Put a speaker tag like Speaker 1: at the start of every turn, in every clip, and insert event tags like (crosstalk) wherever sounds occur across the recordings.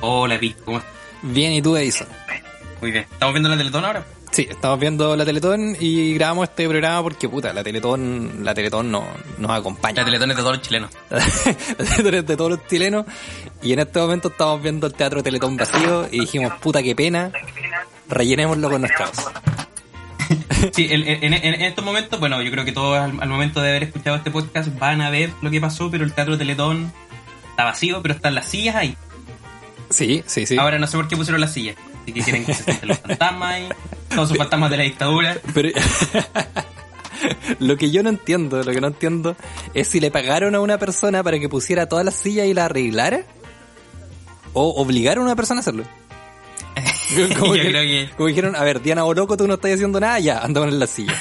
Speaker 1: Hola, Vic, ¿cómo estás?
Speaker 2: Bien, ¿y tú, Edison?
Speaker 1: Muy bien. ¿Estamos viendo la Teletón ahora?
Speaker 2: Sí, estamos viendo la Teletón y grabamos este programa porque, puta, la Teletón, la Teletón no, nos
Speaker 1: La
Speaker 2: acompaña.
Speaker 1: Teletón es de todos los chilenos.
Speaker 2: La Teletón es (laughs) de todos los chilenos y en este momento estamos viendo el Teatro Teletón vacío y dijimos, puta, qué pena, rellenémoslo con nuestra voz.
Speaker 1: (laughs) Sí, en, en- en- en estos momentos, bueno, yo creo que todos al, al momento de haber escuchado este podcast van a ver lo que pasó, pero el Teatro Teletón está vacío, pero están las sillas ahí.
Speaker 2: Sí, sí, sí.
Speaker 1: Ahora no sé por qué pusieron las sillas. Así que quieren que se sienten los fantasmas ahí, todos sus fantasmas de la dictadura.
Speaker 2: Pero (laughs) lo que yo no entiendo, lo que no entiendo es si le pagaron a una persona para que pusiera todas las sillas y la arreglara o obligaron a una persona a (laughs) hacerlo. Como,
Speaker 1: Yo
Speaker 2: que-
Speaker 1: creo que-
Speaker 2: como dijeron, a ver, Diana Oroco, tú no estás haciendo nada, ya, anda a poner las sillas.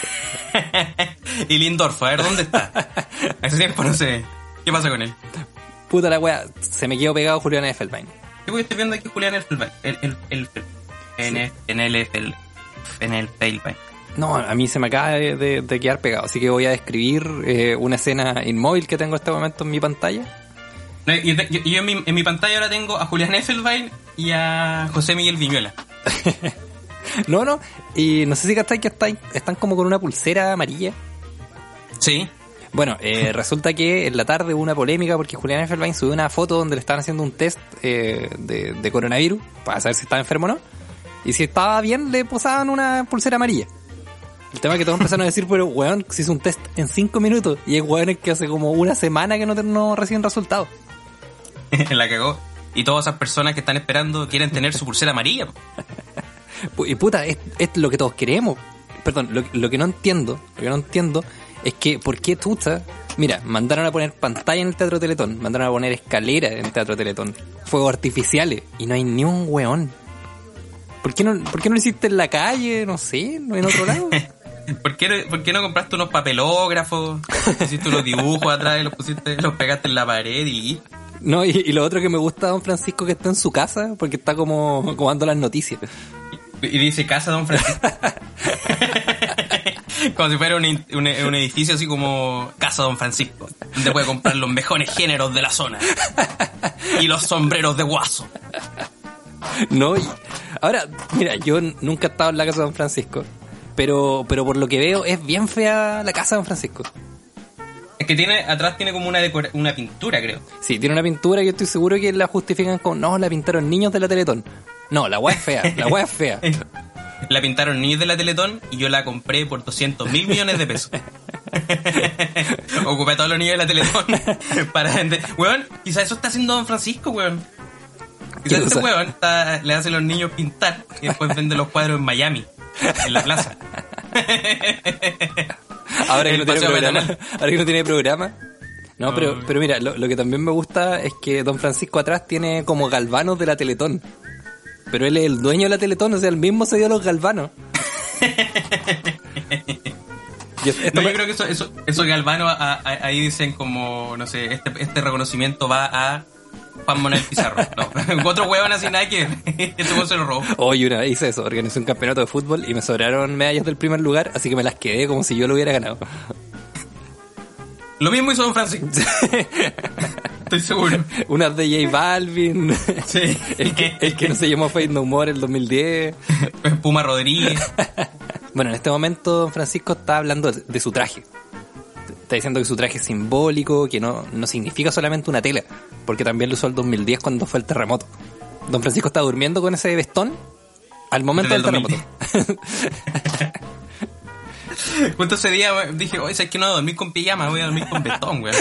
Speaker 1: Y Lindorfo, a ver, ¿dónde está? (laughs) Hace tiempo no sé. ¿Qué pasa con él?
Speaker 2: Puta la wea, se me quedó pegado Julián Effelbein.
Speaker 1: Yo estoy viendo aquí Julián Elfelbein. El, el, el, en el, en el, el- en el Felbein.
Speaker 2: No, a mí se me acaba de, de- de quedar pegado, así que voy a describir eh, una escena inmóvil que tengo en este momento en mi pantalla.
Speaker 1: No, yo, yo- yo en, mi, en mi pantalla ahora tengo a Julián Effelbein y a José Miguel Viñuela.
Speaker 2: No, no, y no sé si gastáis que estáis- están como con una pulsera amarilla.
Speaker 1: Sí.
Speaker 2: Bueno, eh, resulta que en la tarde hubo una polémica porque Julián Effelbein subió una foto donde le estaban haciendo un test eh, de, de coronavirus para saber si estaba enfermo o no. Y si estaba bien, le posaban una pulsera amarilla. El tema es que todos empezaron a decir, pero weón, se hizo un test en cinco minutos. Y hay weones que hace como una semana que no, te- no reciben resultados.
Speaker 1: (laughs) la cagó. Y todas esas personas que están esperando quieren tener su pulsera amarilla. po.
Speaker 2: Pu- Y puta, es, es lo que todos queremos. Perdón, lo, lo que no entiendo, lo que no entiendo es que por qué tuta. Mira, mandaron a poner pantalla en el Teatro Teletón, mandaron a poner escalera en el Teatro Teletón, fuegos artificiales, y no hay ni un weón. ¿Por qué no, por qué no lo hiciste en la calle? No sé, no en otro lado.
Speaker 1: ¿Por qué, no- por qué no compraste unos papelógrafos? Hiciste unos dibujos atrás y los pusiste, los pegaste en la pared y listo.
Speaker 2: No, y, y lo otro que me gusta Don Francisco que está en su casa, porque está como, como dando las noticias.
Speaker 1: Y dice casa Don Francisco. (laughs) como si fuera un, in- un e- un edificio así como Casa Don Francisco. Donde puede comprar los mejores géneros de la zona. Y los sombreros de guaso.
Speaker 2: (laughs) No, y- ahora, mira, yo n- nunca he estado en la casa de Don Francisco, pero, pero por lo que veo es bien fea la casa de Don Francisco.
Speaker 1: Es que tiene, atrás tiene como una decora- una pintura, creo. (laughs)
Speaker 2: Sí, tiene una pintura que estoy seguro que la justifican con, no, la pintaron niños de la Teletón. No, la weá es fea, la weá
Speaker 1: (laughs)
Speaker 2: es fea.
Speaker 1: La pintaron niños de la Teletón y yo la compré por 200 mil millones de
Speaker 2: (laughs)
Speaker 1: pesos. Ocupé a todos los niños de la Teletón (laughs) para vender. Weón, quizás eso está haciendo Don Francisco, weón.
Speaker 2: ¿Qué
Speaker 1: Quizás este
Speaker 2: cosa?
Speaker 1: weón está- le hace a los niños pintar y después vende los cuadros en Miami, en la plaza.
Speaker 2: Ahora que,
Speaker 1: El
Speaker 2: no tiene
Speaker 1: paseo
Speaker 2: programa,
Speaker 1: peatonal.
Speaker 2: ahora que no tiene programa. No,
Speaker 1: No,
Speaker 2: pero,
Speaker 1: no.
Speaker 2: pero mira, lo, lo que también me gusta es que Don Francisco atrás tiene como galvanos de la Teletón. Pero él es el dueño de la Teletón, o sea, el mismo se dio
Speaker 1: (laughs)
Speaker 2: los galvanos. Y es- (laughs) esto
Speaker 1: No, yo
Speaker 2: me-
Speaker 1: creo que eso, eso, eso Galvano a- a- a- ahí dicen como, no sé, este, este reconocimiento va a Juan Manuel Pizarro. No, (laughs) otro weón así nada que (laughs) este weón se lo robó.
Speaker 2: Hoy una vez hice eso, organizé un campeonato de fútbol y me sobraron medallas del primer lugar, así que me las quedé como si yo lo hubiera ganado.
Speaker 1: Lo mismo hizo Don Francisco. Estoy seguro.
Speaker 2: Unas de J Balvin, (laughs)
Speaker 1: Sí.
Speaker 2: el, que, el que no se llamó Fade No More el 2010.
Speaker 1: Puma Rodríguez.
Speaker 2: Bueno, en este momento Don Francisco está hablando de, de su traje. Está diciendo que su traje es simbólico, que no, no significa solamente una tela, porque también lo usó el 2010 cuando fue el terremoto. Don Francisco está durmiendo con ese vestón al momento
Speaker 1: Desde
Speaker 2: del
Speaker 1: el
Speaker 2: terremoto.
Speaker 1: Justo ese día we- dije, oye, es que no voy a dormir con pijama, voy a dormir con vestón, weón.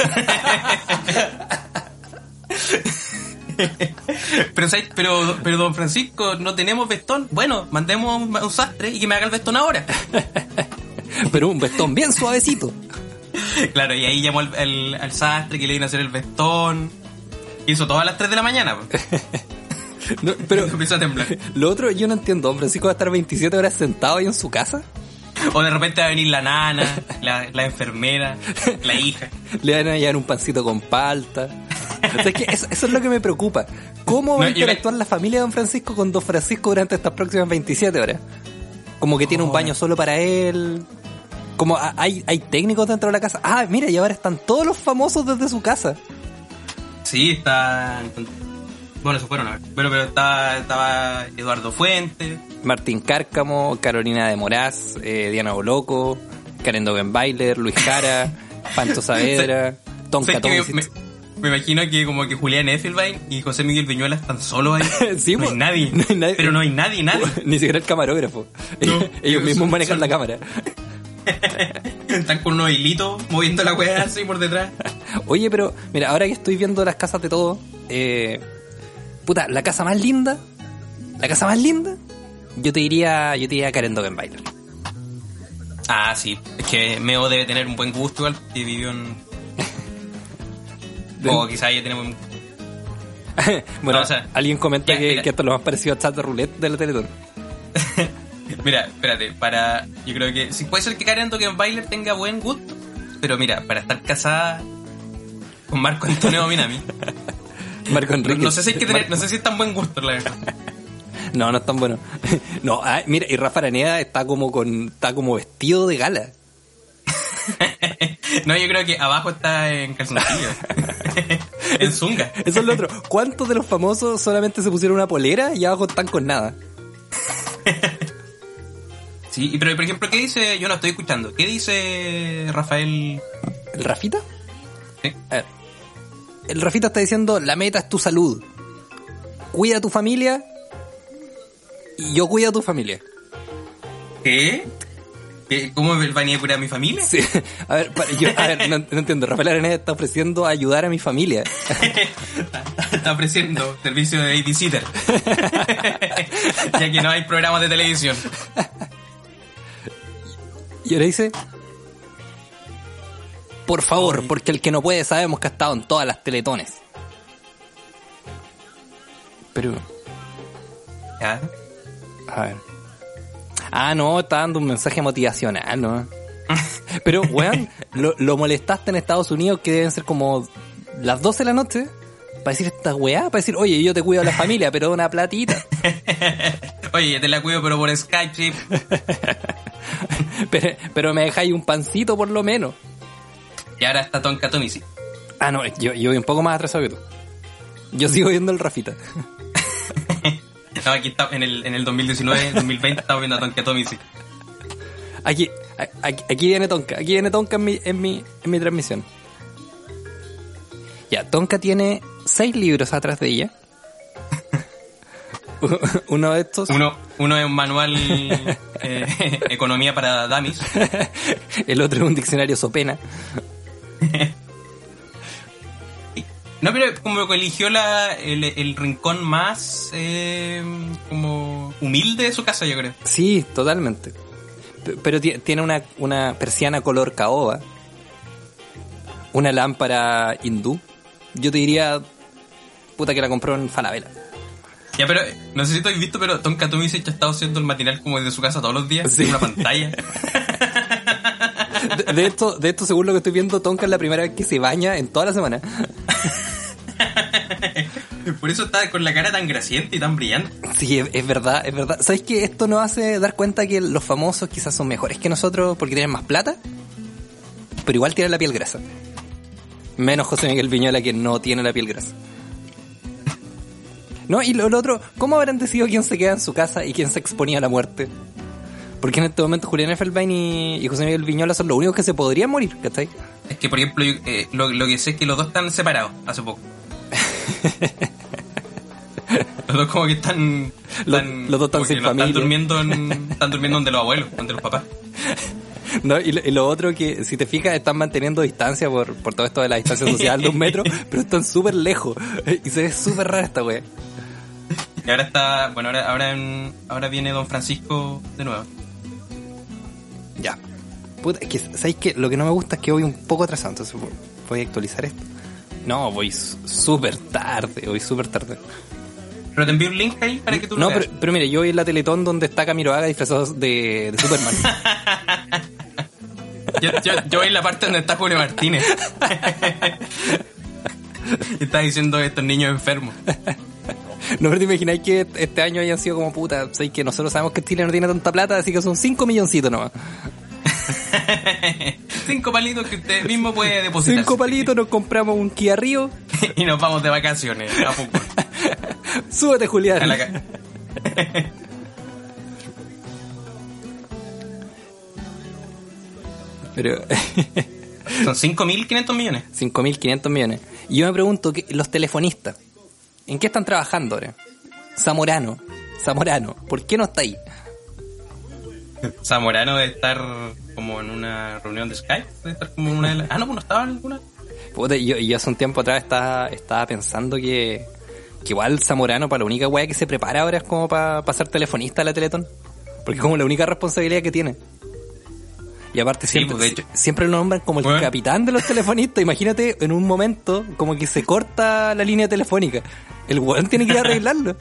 Speaker 1: Pero, ¿sabes? pero, pero don Francisco, no tenemos vestón. Bueno, mandemos un, un sastre y que me haga el vestón ahora.
Speaker 2: (laughs) Pero un vestón bien suavecito.
Speaker 1: Claro, y ahí llamó al, al- al sastre que le vino a hacer el vestón. Hizo todas las 3 de la mañana. po.
Speaker 2: No, pero
Speaker 1: Empezó a temblar.
Speaker 2: lo otro, yo no entiendo. don Francisco va a estar 27 horas sentado ahí en su casa.
Speaker 1: (laughs) O de repente va a venir la nana, la, la enfermera, la hija.
Speaker 2: Le van a llevar un pancito con palta. O sea, es que eso, eso es lo que me preocupa. ¿Cómo va
Speaker 1: No,
Speaker 2: a
Speaker 1: y me-
Speaker 2: interactuar la familia de Don Francisco con Don Francisco durante estas próximas 27 horas? Como que tiene un
Speaker 1: Oh.
Speaker 2: baño solo para él. Como ha- hay, hay técnicos dentro de la casa. Ah, mira, y ahora están todos los famosos desde su casa.
Speaker 1: Sí, está. Bueno, se fueron a ver. Pero, pero estaba, estaba Eduardo Fuentes.
Speaker 2: Martín Cárcamo, Carolina de Moraz, eh, Diana Boloco, Karen Dogenbailer, Luis Cara,
Speaker 1: (laughs)
Speaker 2: Pancho Saavedra, Tonka
Speaker 1: ¿Sabes qué?
Speaker 2: Toncic.
Speaker 1: me, me- me imagino que como que Julián Effelbein y José Miguel Viñuela están solos ahí.
Speaker 2: (laughs) Sí,
Speaker 1: no
Speaker 2: po.
Speaker 1: hay nadie.
Speaker 2: No hay nadie.
Speaker 1: Pero no hay nadie,
Speaker 2: (laughs)
Speaker 1: nadie.
Speaker 2: Ni siquiera el camarógrafo.
Speaker 1: No. (laughs)
Speaker 2: Ellos mismos manejan
Speaker 1: Son-
Speaker 2: la cámara.
Speaker 1: Están con unos hilitos moviendo la cueva así por detrás.
Speaker 2: Oye, pero mira, ahora que estoy viendo las casas de todo, eh, puta, la casa más linda, la casa más linda, yo te diría, yo te diría Karen Dogenbailer.
Speaker 1: Ah, sí. Es que Meo debe tener un buen gusto igual, que vivió en... O quizás ella tiene buen...
Speaker 2: (laughs) bueno,
Speaker 1: No, o sea,
Speaker 2: alguien comenta
Speaker 1: ya,
Speaker 2: que,
Speaker 1: mira.
Speaker 2: que esto es lo más parecido a chat de roulette de la
Speaker 1: (laughs)
Speaker 2: Teletón.
Speaker 1: Mira, espérate, para... Yo creo que... Sí, puede ser que Karen Dogenbailer tenga buen gusto, pero mira, para estar casada con Marco Antonio Minami,
Speaker 2: Marco
Speaker 1: no,
Speaker 2: Enrique.
Speaker 1: no sé si hay que tener- no sé si es tan buen gusto, la verdad.
Speaker 2: No, no es tan bueno. (laughs) No, ah, mira, y Rafa Araneda está como con, está como vestido de gala.
Speaker 1: No, yo creo que abajo está en calzoncillo. en zunga.
Speaker 2: Eso
Speaker 1: (laughs)
Speaker 2: es lo otro. ¿Cuántos de los famosos solamente se pusieron una polera y abajo están con nada?
Speaker 1: Sí, y pero por ejemplo, ¿qué dice? Yo no estoy escuchando. ¿Qué dice Rafael?
Speaker 2: ¿El Rafita?
Speaker 1: Sí.
Speaker 2: A ver. El Rafita está diciendo, la meta es tu salud. Cuida a tu familia y yo cuido a tu familia.
Speaker 1: ¿Qué? ¿Qué? ¿Cómo me van a ir a curar a mi familia?
Speaker 2: Sí. (laughs) A ver, para- yo- a ver, no, no entiendo. Rafael Araneda está ofreciendo ayudar a mi familia.
Speaker 1: Está ofreciendo servicio de babysitter. (laughs) ya que no hay programas de televisión.
Speaker 2: Y ahora dice, por favor, porque el que no puede sabemos que ha estado en todas las teletones. Pero,
Speaker 1: Ya.
Speaker 2: a ver. Ah, no, está dando un mensaje motivacional, ¿no? (laughs) Pero, weón, lo, lo molestaste en Estados Unidos que deben ser como las 12 de la noche para decir esta weá, para decir, oye, yo te cuido a la familia, pero una platita. (laughs)
Speaker 1: Oye, te la cuido, pero por Skype. sí.
Speaker 2: Pero, pero me dejáis un pancito por lo menos.
Speaker 1: Y ahora está Tonka Tomici.
Speaker 2: Ah, no, yo, yo voy un poco más atrasado que tú. Yo sigo viendo el Rafita.
Speaker 1: No, aquí está, en el, en el 2019, 2020, estamos viendo a Tonka Tomici.
Speaker 2: Aquí, a- aquí, aquí viene Tonka, aquí viene Tonka en mi, en mi, en mi transmisión. Ya, Tonka tiene seis libros atrás de ella. (laughs) Uno de estos,
Speaker 1: Uno, uno es un manual eh, (laughs) Economía para Damis.
Speaker 2: el otro es un diccionario sopena.
Speaker 1: No, pero como que eligió la, el, el rincón más eh, como humilde de su casa, yo creo.
Speaker 2: Sí, totalmente. P- Pero ti- tiene una, una persiana color caoba, una lámpara hindú. Yo te diría, puta que la compró en Falabella.
Speaker 1: Ya, pero eh, no sé si tú has visto, pero Tom Katumisich ha estado haciendo el matinal como desde su casa todos los días,
Speaker 2: Sí.
Speaker 1: en una pantalla.
Speaker 2: De, de esto, de esto, según lo que estoy viendo, Tonka es la primera vez que se baña en toda la semana.
Speaker 1: Por eso está con la cara tan graciente y tan brillante.
Speaker 2: Sí, es, es verdad, es verdad. ¿Sabes qué? Esto nos hace dar cuenta que los famosos quizás son mejores que nosotros porque tienen más plata, pero igual tienen la piel grasa. Menos José Miguel Viñola que no tiene la piel grasa. No, y lo, lo otro, ¿cómo habrán decidido quién se queda en su casa y quién se exponía a la muerte? Porque en este momento Julián Effelbein y, y José Miguel Viñola son los únicos que se podrían morir, ¿cachai?
Speaker 1: Es que, por ejemplo, yo- eh, lo, lo que sé es que los dos están separados hace
Speaker 2: (laughs)
Speaker 1: poco. Los dos como que están...
Speaker 2: Los- los dos están
Speaker 1: como que
Speaker 2: sin
Speaker 1: no
Speaker 2: familia. (laughs)
Speaker 1: Están durmiendo, en- están durmiendo donde los abuelos, donde los papás.
Speaker 2: No, y, lo, y lo otro que, si te fijas, están manteniendo distancia por, por todo esto de la distancia social de
Speaker 1: (laughs)
Speaker 2: un metro, pero están súper lejos. Y se ve súper rara esta wea.
Speaker 1: Y ahora está. Bueno, ahora, ahora, en- ahora viene Don Francisco de nuevo.
Speaker 2: Ya. Puta, es que, ¿sabéis que Lo que no me gusta es que voy un poco atrasado, entonces voy- voy a actualizar esto. No, voy s- súper tarde, voy súper tarde.
Speaker 1: Pero te envío un link ahí para que tú lo
Speaker 2: no,
Speaker 1: veas.
Speaker 2: pero, pero mire, yo voy en la Teletón donde está Camiroaga disfrazado de, de Superman.
Speaker 1: (laughs) Yo, yo, yo voy en la parte donde está Julio
Speaker 2: (laughs)
Speaker 1: Martínez. Y está diciendo estos niños enfermos.
Speaker 2: no, pero te imagináis que este año hayan sido como puta. ¿Sabéis que nosotros sabemos que Chile no tiene tanta plata, así que son 5 milloncitos nomás.
Speaker 1: Cinco palitos que usted mismo puede depositar.
Speaker 2: 5 palitos, nos compramos un Kia Río.
Speaker 1: (laughs) Y nos vamos de vacaciones a fútbol.
Speaker 2: Súbete, Julián.
Speaker 1: A la ca-
Speaker 2: Pero. (laughs)
Speaker 1: Son 5.500 millones.
Speaker 2: 5.500 millones. Y yo me pregunto, ¿qué- los telefonistas, ¿en qué están trabajando ahora? Zamorano, Zamorano, ¿por qué no está ahí?
Speaker 1: Zamorano de estar como en una reunión de Skype. De estar como en una de las- Ah, no, pues no estaba en ninguna.
Speaker 2: Puta, yo, yo hace un tiempo atrás estaba, estaba pensando que, que igual Zamorano para la única weá que se prepara ahora es como para ser telefonista a la Teletón. Porque es como la única responsabilidad que tiene. Y aparte
Speaker 1: Sí,
Speaker 2: siempre,
Speaker 1: pues, de hecho-
Speaker 2: siempre lo nombran como el
Speaker 1: Bueno.
Speaker 2: capitán de los telefonistas. Imagínate en un momento como que se corta la línea telefónica. El weón tiene que ir a
Speaker 1: (laughs)
Speaker 2: arreglarlo.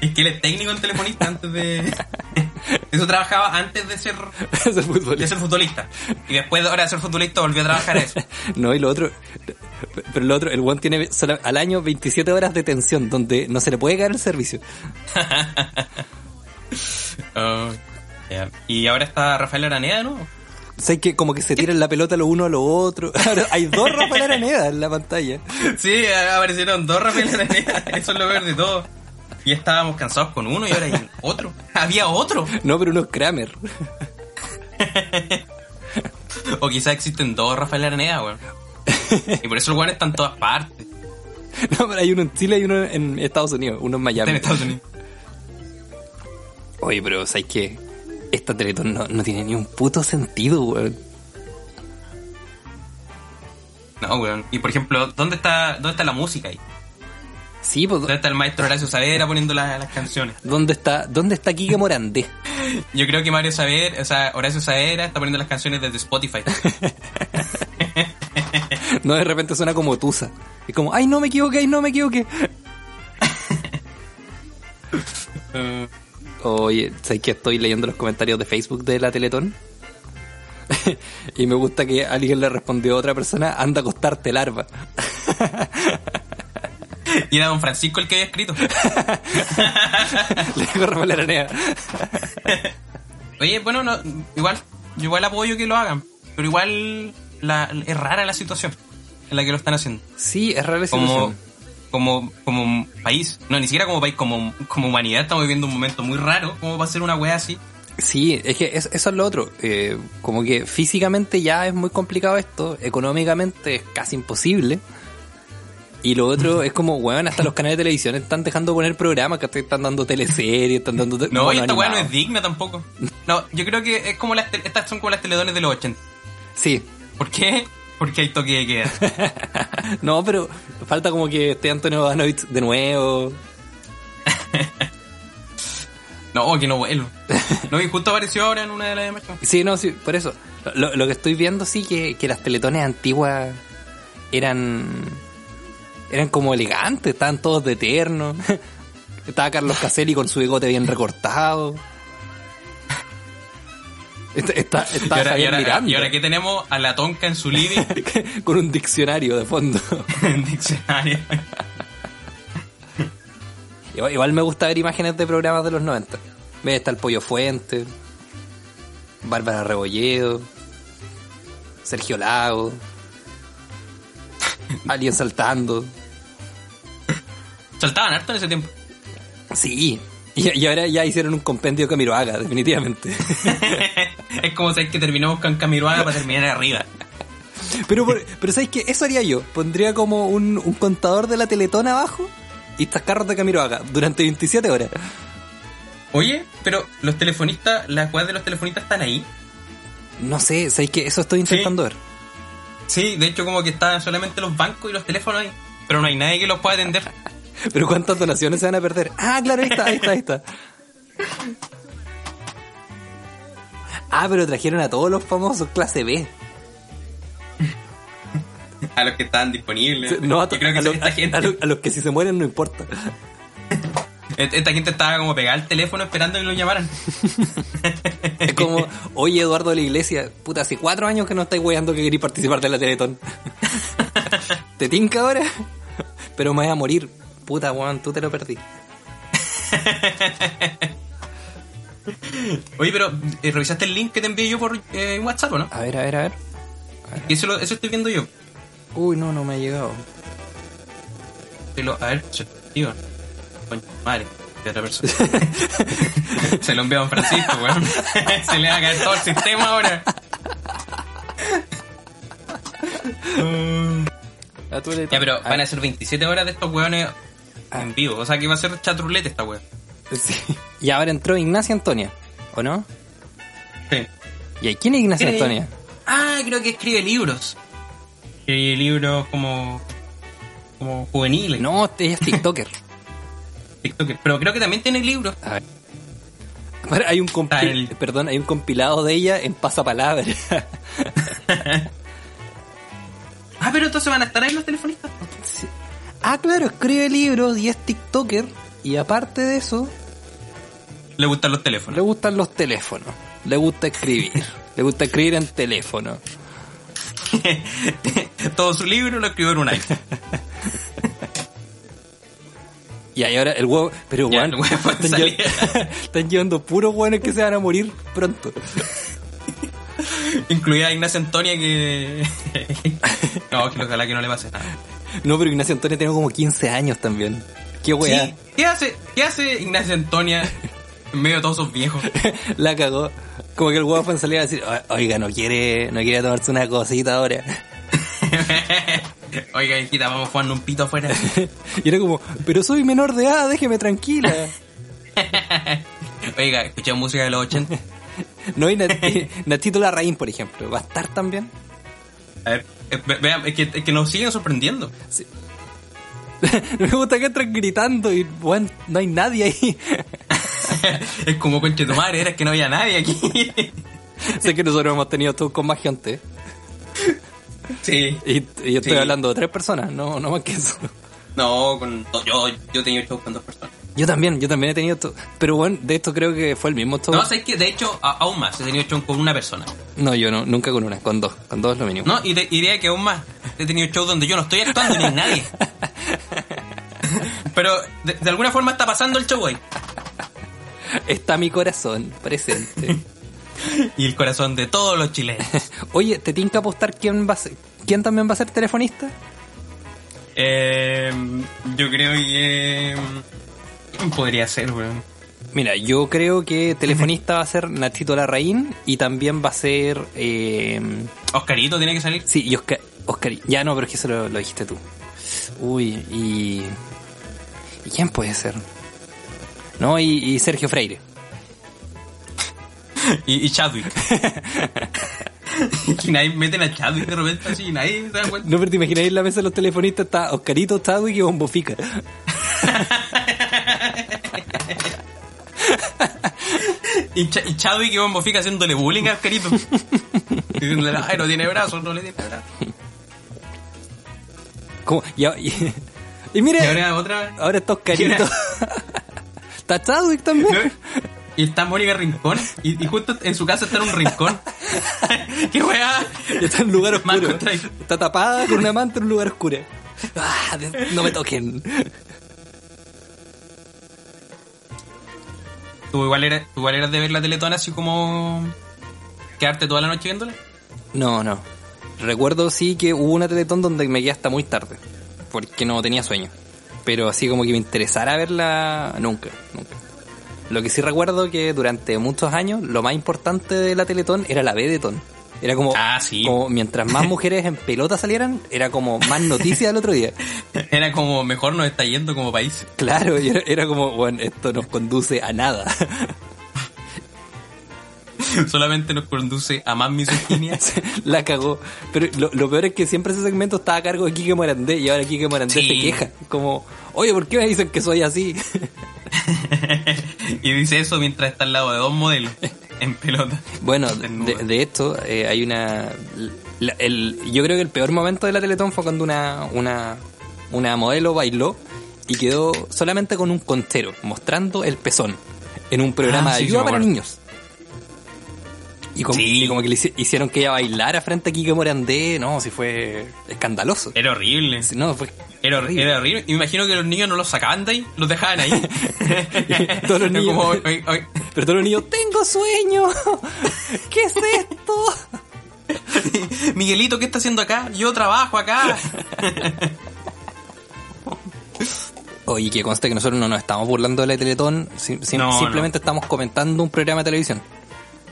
Speaker 1: Es que él es técnico en telefonista antes de. (laughs) Eso trabajaba antes de ser,
Speaker 2: Es el futbolista.
Speaker 1: de ser futbolista. Y después de ahora de ser futbolista volvió a trabajar eso.
Speaker 2: No, y lo otro, pero lo otro, el one tiene sola- al año 27 horas de tensión donde no se le puede caer el servicio.
Speaker 1: Ah, ya. Y ahora está Rafael Araneda, ¿no?
Speaker 2: O sea, es que como que se tiran la pelota lo uno a lo otro. (laughs) Ahora, Hay dos Rafael Araneda en la pantalla.
Speaker 1: Sí, aparecieron dos Rafael Araneda. (laughs) Eso es lo peor de todo. Y estábamos cansados con uno y ahora hay otro. Había otro.
Speaker 2: No, pero uno es Kramer. (laughs)
Speaker 1: O quizás existen dos Rafael Araneda, weón. Y por eso el weón está en todas partes.
Speaker 2: No, pero hay uno en Chile y uno en Estados Unidos, uno en
Speaker 1: Está en
Speaker 2: Miami.
Speaker 1: Estados Unidos.
Speaker 2: Oye, pero ¿sabes qué? Esta Teletón no, no tiene ni un puto sentido, weón.
Speaker 1: No, weón. Y por ejemplo, ¿dónde está, dónde está la música ahí?
Speaker 2: Sí, pues,
Speaker 1: ¿Dónde está el maestro Horacio Saavedra poniendo las, las canciones?
Speaker 2: ¿dónde está, dónde está Quique Morandé?
Speaker 1: Yo creo que Mario Saavedra, o sea, Horacio Saavedra está poniendo las canciones desde Spotify.
Speaker 2: No, de repente suena como Tusa. Es como, ay, no me equivoqué, ay, no me equivoqué.
Speaker 1: Eh,
Speaker 2: Oye, ¿sabes que estoy leyendo los comentarios de Facebook de la Teletón? (laughs) y me gusta que alguien le respondió a otra persona, anda a acostarte larva. (laughs)
Speaker 1: y era Don Francisco el que había escrito.
Speaker 2: le digo a Rafael Aranea.
Speaker 1: Oye, bueno, no, igual, yo igual apoyo que lo hagan, pero igual la- es rara la situación en la que lo están haciendo.
Speaker 2: Sí, es rara la
Speaker 1: Como,
Speaker 2: situación.
Speaker 1: como, como país, no, ni siquiera como país, como, como humanidad estamos viviendo un momento muy raro, ¿cómo va a ser una wea así?
Speaker 2: Sí, es que es- eso es lo otro. Eh, como que físicamente ya es muy complicado esto, económicamente es casi imposible. Y lo otro es como, weón, hasta los canales de televisión están dejando poner programas, que están dando teleseries, están dando... te-
Speaker 1: No, y
Speaker 2: monos
Speaker 1: esta wea no
Speaker 2: animados.
Speaker 1: es digna tampoco. No, yo creo que es como las, te- estas son como las teledones de los 80.
Speaker 2: Sí,
Speaker 1: ¿Por qué? Porque hay toque de queda.
Speaker 2: No, pero falta como que esté Antonio Badanovich de nuevo.
Speaker 1: No, que no vuelvo. No, y justo apareció ahora en una de las demás.
Speaker 2: Sí, no, sí, por eso. Lo, lo que estoy viendo sí que, que las teletones antiguas eran eran como elegantes, estaban todos de terno. (laughs) Estaba Carlos Caselli con su bigote bien recortado. (laughs) Está, está, está
Speaker 1: Y ahora, y,
Speaker 2: Javier
Speaker 1: ahora,
Speaker 2: Miranda
Speaker 1: y ahora que tenemos a la tonca en su living (laughs)
Speaker 2: (laughs) con un diccionario de fondo.
Speaker 1: en diccionario.
Speaker 2: Igual, igual me gusta ver imágenes de programas de los 90. Ve, está el Pollo Fuente, Bárbara Rebolledo, Sergio Lago, alguien saltando.
Speaker 1: Saltaban harto en ese tiempo.
Speaker 2: Sí. Y, y ahora ya hicieron un compendio que Camiroaga, definitivamente.
Speaker 1: es como sabes que terminamos con Camiruana para terminar arriba.
Speaker 2: Pero, por- pero ¿sabes qué? Eso haría yo. Pondría como un, un contador de la Teletón abajo y estas carros de Camiroaga durante 27 horas.
Speaker 1: Oye, pero los telefonistas, las weas de los telefonistas están ahí.
Speaker 2: No sé, sé que eso estoy intentando ver.
Speaker 1: Sí, de hecho como que están solamente los bancos y los teléfonos ahí, pero no hay nadie que los pueda atender.
Speaker 2: Pero cuántas donaciones se van a perder. Ah, claro, ahí está, ahí está, ahí está. Ah, pero trajeron a todos los famosos clase B.
Speaker 1: A los que estaban disponibles.
Speaker 2: No, a,
Speaker 1: Yo creo que
Speaker 2: a lo-
Speaker 1: esta gente,
Speaker 2: a lo- a los que si se mueren no importa.
Speaker 1: et- esta gente estaba como pegada al teléfono esperando que lo llamaran.
Speaker 2: Es como, oye Eduardo de la Iglesia, puta, hace cuatro años que no estáis weando que queréis participar de
Speaker 1: (laughs)
Speaker 2: la Teletón. ¿Te tinca ahora? Pero me voy a morir. Puta, weón, tú te lo perdí.
Speaker 1: Oye, pero eh, revisaste el link que te envié yo por eh, WhatsApp, ¿o ¿no?
Speaker 2: A ver, a ver, a ver.
Speaker 1: Eso, lo- eso estoy viendo yo.
Speaker 2: Uy, no, no me ha llegado.
Speaker 1: Te lo- a ver, se tío. Coño, madre. De otra
Speaker 2: (laughs)
Speaker 1: persona. se lo envió a don Francisco, weón. (laughs) se le va a caer todo el sistema ahora. Ya, pero van a ser 27 horas de estos weones en vivo. O sea que va a ser chatrulete esta weón.
Speaker 2: Sí. Y ahora entró Ignacia Antonia, ¿o no?
Speaker 1: Sí.
Speaker 2: ¿Y ahí quién es Ignacia
Speaker 1: Sí.
Speaker 2: Antonia?
Speaker 1: Ah, creo que escribe libros. Escribe libros como. como juveniles.
Speaker 2: No, ella es TikToker.
Speaker 1: TikToker. Pero creo que también tiene libros.
Speaker 2: A ver. Ahora hay un compi-
Speaker 1: Ah, el-
Speaker 2: perdón, hay un compilado de ella en pasapalabra.
Speaker 1: Ah, pero entonces van a estar ahí los telefonistas.
Speaker 2: Sí. (laughs) Ah, claro, escribe libros y es TikToker. Y aparte de eso,
Speaker 1: Le gustan los teléfonos.
Speaker 2: le gustan los teléfonos. Le gusta escribir. (laughs) le gusta escribir en teléfono.
Speaker 1: (laughs) Todo su libro lo escribió en un iPhone.
Speaker 2: Y ahí ahora el huevo. Pero
Speaker 1: Ya,
Speaker 2: weón,
Speaker 1: el huevo
Speaker 2: están,
Speaker 1: salía.
Speaker 2: llev- están llevando (laughs) puros hueones que se van a morir pronto.
Speaker 1: Incluida a Ignacia Antonia que. (laughs) no, que ojalá que no le pase nada.
Speaker 2: No, pero Ignacio Antonio tiene como 15 años también. Qué weá.
Speaker 1: Sí, ¿Qué hace, ¿Qué hace Ignacia Antonia en medio de todos esos viejos?
Speaker 2: (laughs) La cagó. Como que el huevo fue en salir a decir, "O- oiga, no quiere, no quiere tomarse una cosita ahora. (laughs)
Speaker 1: Oiga, hijita, vamos jugando un pito afuera.
Speaker 2: Y era como, pero soy menor de edad, déjeme
Speaker 1: (laughs)
Speaker 2: tranquila.
Speaker 1: Oiga, escuché música de los 80.
Speaker 2: No, y Nat- y Natito Larraín, por ejemplo, va a estar también. (laughs)
Speaker 1: A ver, eh, ve- vean, es que, es que nos siguen sorprendiendo.
Speaker 2: Me gusta que entran gritando y, bueno, no hay nadie ahí. (laughs)
Speaker 1: (laughs) es como conche tu madre, era que no había nadie aquí.
Speaker 2: sé que nosotros hemos tenido todos con más gente.
Speaker 1: (laughs) sí.
Speaker 2: Y, y yo estoy
Speaker 1: Sí.
Speaker 2: hablando de tres personas, no, no más que eso.
Speaker 1: No, con, yo, yo tenía shows con dos personas.
Speaker 2: Yo también, yo también he tenido to- Pero bueno, de esto creo que fue el mismo todo.
Speaker 1: No, sabes que de hecho, a- aún más, he tenido shows con una persona.
Speaker 2: No, yo no, nunca con una, con dos. Con dos es lo mínimo.
Speaker 1: No, y de- y diría que aún más. He tenido shows donde yo no estoy actuando ni hay nadie. (laughs) Pero de, de alguna forma está pasando el show ahí.
Speaker 2: Está mi corazón presente.
Speaker 1: Y el corazón de todos los chilenos.
Speaker 2: Oye, ¿te tinca apostar quién va a ser- quién también va a ser telefonista?
Speaker 1: Eh, yo creo que. ¿Quién podría ser, weón?
Speaker 2: Mira, yo creo que telefonista va a ser Nachito Larraín y también va a ser... eh,
Speaker 1: Oscarito tiene que salir.
Speaker 2: sí, y Oscar, Oscar- Ya no, pero es que eso lo, lo dijiste tú. Uy, y... ¿Y quién puede ser? No, y, y Sergio Freire.
Speaker 1: Y, y Chadwick. (laughs) y nadie meten a Chadwick de repente así y nadie se da cuenta.
Speaker 2: No, pero te imagináis en la mesa de los telefonistas está Oscarito, Chadwick y Bombofica.
Speaker 1: Y, Cha- y Chadwick y Bombo Fica haciéndole bullying a Oscarito. (laughs) Diciéndole, ay, no tiene brazos, no le tiene brazos.
Speaker 2: ¿Cómo? Y, (laughs) a- y, y
Speaker 1: Y
Speaker 2: mira, ahora,
Speaker 1: ahora otra vez.
Speaker 2: está Oscarito. (laughs) está Chadwick también.
Speaker 1: ¿no? Y está Mónica Rincón. Y, y justo en su casa está en un rincón. (laughs) ¡Qué weá!
Speaker 2: Y (laughs) está en un lugar
Speaker 1: Más
Speaker 2: oscuro.
Speaker 1: contradictorio.
Speaker 2: Está tapada con una manta en un lugar oscuro. Ah, de- no me toquen.
Speaker 1: ¿Tú igual, eras, tú igual eras de ver la teletona así como. quedarte toda la noche viéndola?
Speaker 2: No, no. Recuerdo sí que hubo una teletón donde me quedé hasta muy tarde. Porque no tenía sueño. Pero así como que me interesara verla, nunca, nunca. Lo que sí recuerdo que durante muchos años lo más importante de la teletón era la Bedetón. Era como,
Speaker 1: Ah, sí.
Speaker 2: como mientras
Speaker 1: (laughs)
Speaker 2: más mujeres en pelota salieran, era como más noticia del otro
Speaker 1: (laughs)
Speaker 2: día.
Speaker 1: Era como, mejor nos está yendo como país.
Speaker 2: Claro, y era, era como, bueno, esto nos conduce a nada.
Speaker 1: solamente nos conduce a más misoginia.
Speaker 2: (laughs) La cagó. Pero lo, lo peor es que siempre ese segmento estaba a cargo de Kike Morandé y ahora Kike Morandé
Speaker 1: Sí.
Speaker 2: se queja. Como, oye, ¿por qué me dicen que soy así?
Speaker 1: (laughs) y dice eso mientras está al lado de dos modelos (laughs) en pelota.
Speaker 2: (laughs) (laughs) Bueno, de,
Speaker 1: Desnuda.
Speaker 2: de esto eh, hay una... la- el- yo creo que el peor momento de la Teletón fue cuando una, una, una modelo bailó y quedó solamente con un contero, mostrando el pezón, en un programa
Speaker 1: Ah, sí,
Speaker 2: de
Speaker 1: sí me
Speaker 2: ayuda para
Speaker 1: acuerdo.
Speaker 2: niños. Y como,
Speaker 1: Sí.
Speaker 2: y como que le hici- hicieron que ella bailara frente a Kike Morandé, no, si fue escandaloso.
Speaker 1: Era horrible.
Speaker 2: Sí, No, fue
Speaker 1: Era,
Speaker 2: horrible.
Speaker 1: era horrible. Y Me imagino que los niños no los sacaban de ahí, los dejaban ahí.
Speaker 2: (laughs) Todos los
Speaker 1: Es
Speaker 2: niños.
Speaker 1: como, "Oye, oye, (laughs)
Speaker 2: Pero todos los niños, (laughs) tengo (laughs) sueño. ¿Qué es esto?
Speaker 1: Miguelito, ¿qué está haciendo acá? Yo trabajo
Speaker 2: (laughs)
Speaker 1: acá.
Speaker 2: Oye, que conste que nosotros no nos estamos burlando de la Teletón, si- si-
Speaker 1: No,
Speaker 2: simplemente estamos comentando un programa de televisión.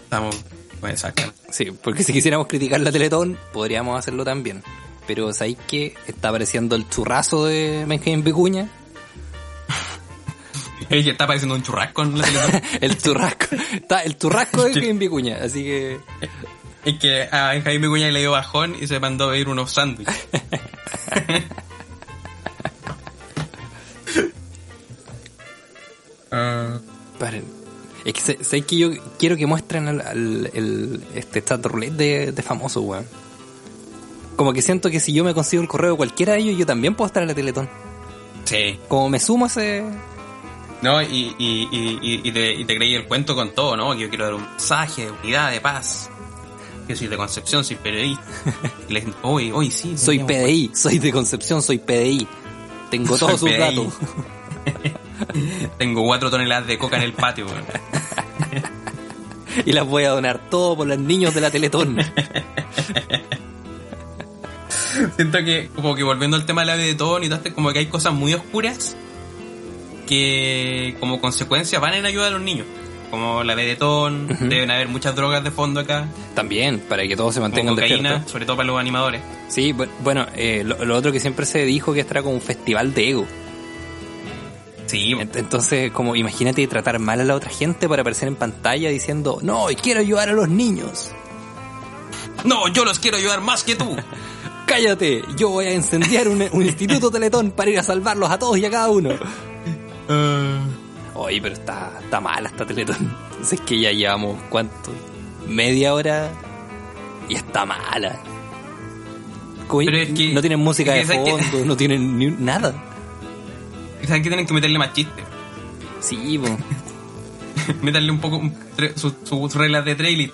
Speaker 1: Estamos. Bueno, exactamente.
Speaker 2: Sí, porque si quisiéramos criticar la Teletón, podríamos hacerlo también. Pero sabéis que está apareciendo el churrazo de Benjamín Vicuña,
Speaker 1: Ella está pareciendo un churrasco en la
Speaker 2: (laughs)
Speaker 1: televisión.
Speaker 2: el churrasco, está el churrasco de Benjamín Vicuña, así que
Speaker 1: Es que a Jaime Cuña le dio bajón y se mandó a pedir unos sándwiches. Ah,
Speaker 2: paren. Es que sé- sabéis que yo quiero que muestren al, al- el, este chat roulette de, de famoso, weón. Como que siento que si yo me consigo el correo de cualquiera de ellos, yo también puedo estar en la Teletón.
Speaker 1: sí.
Speaker 2: Como me sumo a ese...
Speaker 1: No, y, y, y, y- y te, y te creí el cuento con todo, ¿no? Que yo quiero dar un mensaje de unidad, de paz. Que soy de Concepción, soy periodista. (laughs) Y la gente, hoy, hoy sí.
Speaker 2: Soy
Speaker 1: teníamos-
Speaker 2: PDI, soy de Concepción, soy PDI.
Speaker 1: (laughs)
Speaker 2: Tengo
Speaker 1: Soy
Speaker 2: todos sus
Speaker 1: PDI.
Speaker 2: datos.
Speaker 1: Tengo cuatro toneladas de coca en el patio,
Speaker 2: (laughs)
Speaker 1: weón.
Speaker 2: Y las voy a donar todo por los niños de
Speaker 1: (laughs)
Speaker 2: la Teletón.
Speaker 1: Siento que, como que volviendo al tema de la Teletón y todo esto, como que hay cosas muy oscuras que, como consecuencia, van en ayuda de los niños. Como la Teletón, deben haber muchas drogas de fondo acá,
Speaker 2: También, para que todos se
Speaker 1: como
Speaker 2: mantengan
Speaker 1: cocaína,
Speaker 2: despiertos.
Speaker 1: sobre todo para los animadores.
Speaker 2: Sí, bu- bueno, eh, lo, lo otro que siempre se dijo que estará como un festival de ego.
Speaker 1: Sí,
Speaker 2: Ent- Entonces, como imagínate tratar mal a la otra gente para aparecer en pantalla diciendo, no, y quiero ayudar a los niños.
Speaker 1: no, yo los quiero ayudar más que
Speaker 2: (laughs)
Speaker 1: tú.
Speaker 2: Cállate, yo voy a incendiar un, un instituto Teletón para ir a salvarlos a todos y a cada uno.
Speaker 1: Eh,
Speaker 2: Oye, pero está, está mala esta Teletón. Es que ya llevamos, ¿cuánto? Media hora y está mala. Como
Speaker 1: Pero
Speaker 2: ya-
Speaker 1: es que-
Speaker 2: no tienen música
Speaker 1: es que
Speaker 2: de
Speaker 1: sabes que-
Speaker 2: fondo, no tienen ni un- nada.
Speaker 1: ¿Saben que tienen que meterle más chiste? (laughs)
Speaker 2: Sí, po.
Speaker 1: Métanle un poco un- tre- su- sus reglas de trailing.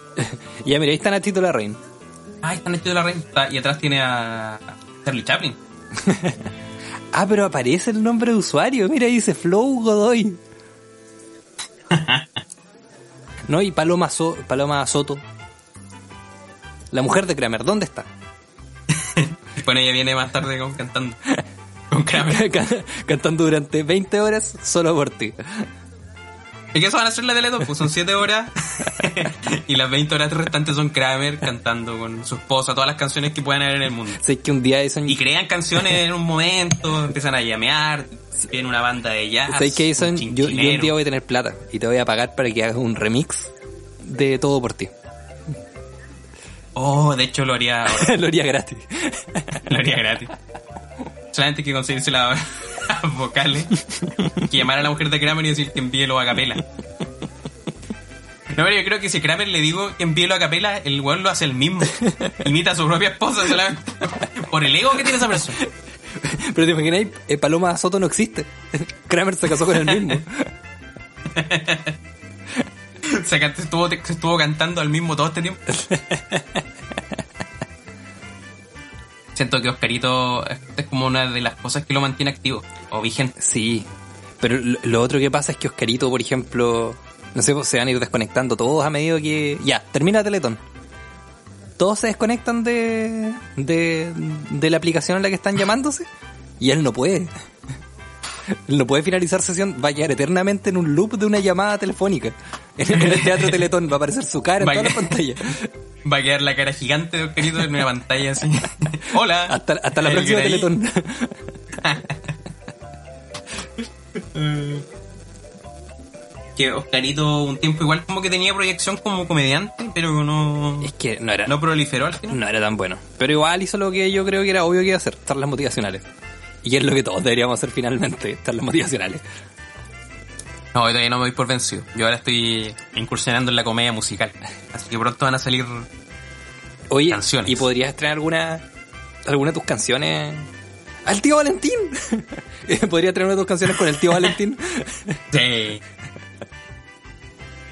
Speaker 2: Ya, mira, ahí está Nachito Larraín.
Speaker 1: Ah, están hechos de la renta. Y atrás tiene a Charlie Chaplin.
Speaker 2: Ah, pero aparece el nombre de usuario. Mira, ahí dice
Speaker 1: (laughs)
Speaker 2: Flow Godoy. No, y Paloma, So- Paloma Soto. La mujer de Kramer,
Speaker 1: (laughs)
Speaker 2: ¿dónde está?
Speaker 1: Bueno, ella viene más tarde con-
Speaker 2: (laughs)
Speaker 1: cantando. Con Kramer.
Speaker 2: Can- Cantando durante 20 horas solo por ti.
Speaker 1: Es que eso van a ser la Teletón, pues son 7
Speaker 2: (laughs)
Speaker 1: horas. y las 20 horas restantes son Kramer cantando con su esposa todas las canciones que puedan haber en el mundo.
Speaker 2: Sé que un día de soñ-
Speaker 1: Y crean canciones en un momento, empiezan a llamear, tienen una banda de jazz.
Speaker 2: ¿Sabes qué, Jason?
Speaker 1: un
Speaker 2: Yo, yo un
Speaker 1: chinchilero.
Speaker 2: día voy a tener plata y te voy a pagar para que hagas un remix de todo por ti. (laughs)
Speaker 1: Oh, de hecho lo haría ahora.
Speaker 2: Lo haría gratis. (laughs)
Speaker 1: Lo haría gratis. Solamente hay que conseguirse la- las (laughs) vocales. Que llamar a la mujer de Kramer y decir que envíelo a capela. No, pero yo creo que si Kramer le digo que envíelo a capela, el weón lo hace el mismo. Imita a su propia esposa solamente por el ego que tiene esa persona.
Speaker 2: Pero te imagináis, eh, Paloma Soto no existe. (laughs) Kramer se casó con el mismo.
Speaker 1: O sea, que estuvo, se estuvo cantando al mismo todo este tiempo. Siento que Oscarito esta es como una de las cosas que lo mantiene activo o vigente.
Speaker 2: Sí. Pero lo, lo otro que pasa es que Oscarito, por ejemplo, no sé, pues, se van a ir desconectando todos a medida que. Ya, termina Teletón. Todos se desconectan de, de, de la aplicación a la que están llamándose (laughs) y él no puede. Él No puede finalizar sesión, va a quedar eternamente en un loop de una llamada telefónica. (laughs) En el teatro Teletón va a aparecer su cara en
Speaker 1: Va a
Speaker 2: toda la
Speaker 1: quedar-
Speaker 2: pantalla. (laughs)
Speaker 1: Va a quedar la cara gigante de Oscarito en una pantalla así. Hola. Eh,
Speaker 2: Hasta, hasta la
Speaker 1: El
Speaker 2: próxima
Speaker 1: Grey.
Speaker 2: Teletón.
Speaker 1: Eh, que Oscarito un tiempo igual como que tenía proyección como comediante, pero no,
Speaker 2: Es que no era,
Speaker 1: no proliferó al final.
Speaker 2: no era tan bueno. Pero igual hizo lo que yo creo que era obvio que iba a hacer, charlas motivacionales. Y es lo que todos deberíamos hacer finalmente, charlas motivacionales.
Speaker 1: No, yo todavía no me voy por vencido. Yo ahora estoy incursionando en la comedia musical. Así que pronto van a salir...
Speaker 2: Oye,
Speaker 1: Canciones.
Speaker 2: ¿y podrías estrenar alguna, alguna de tus canciones al tío Valentín? (laughs) Eh, ¿Podrías estrenar una de tus canciones con el tío Valentín? (laughs)
Speaker 1: Sí.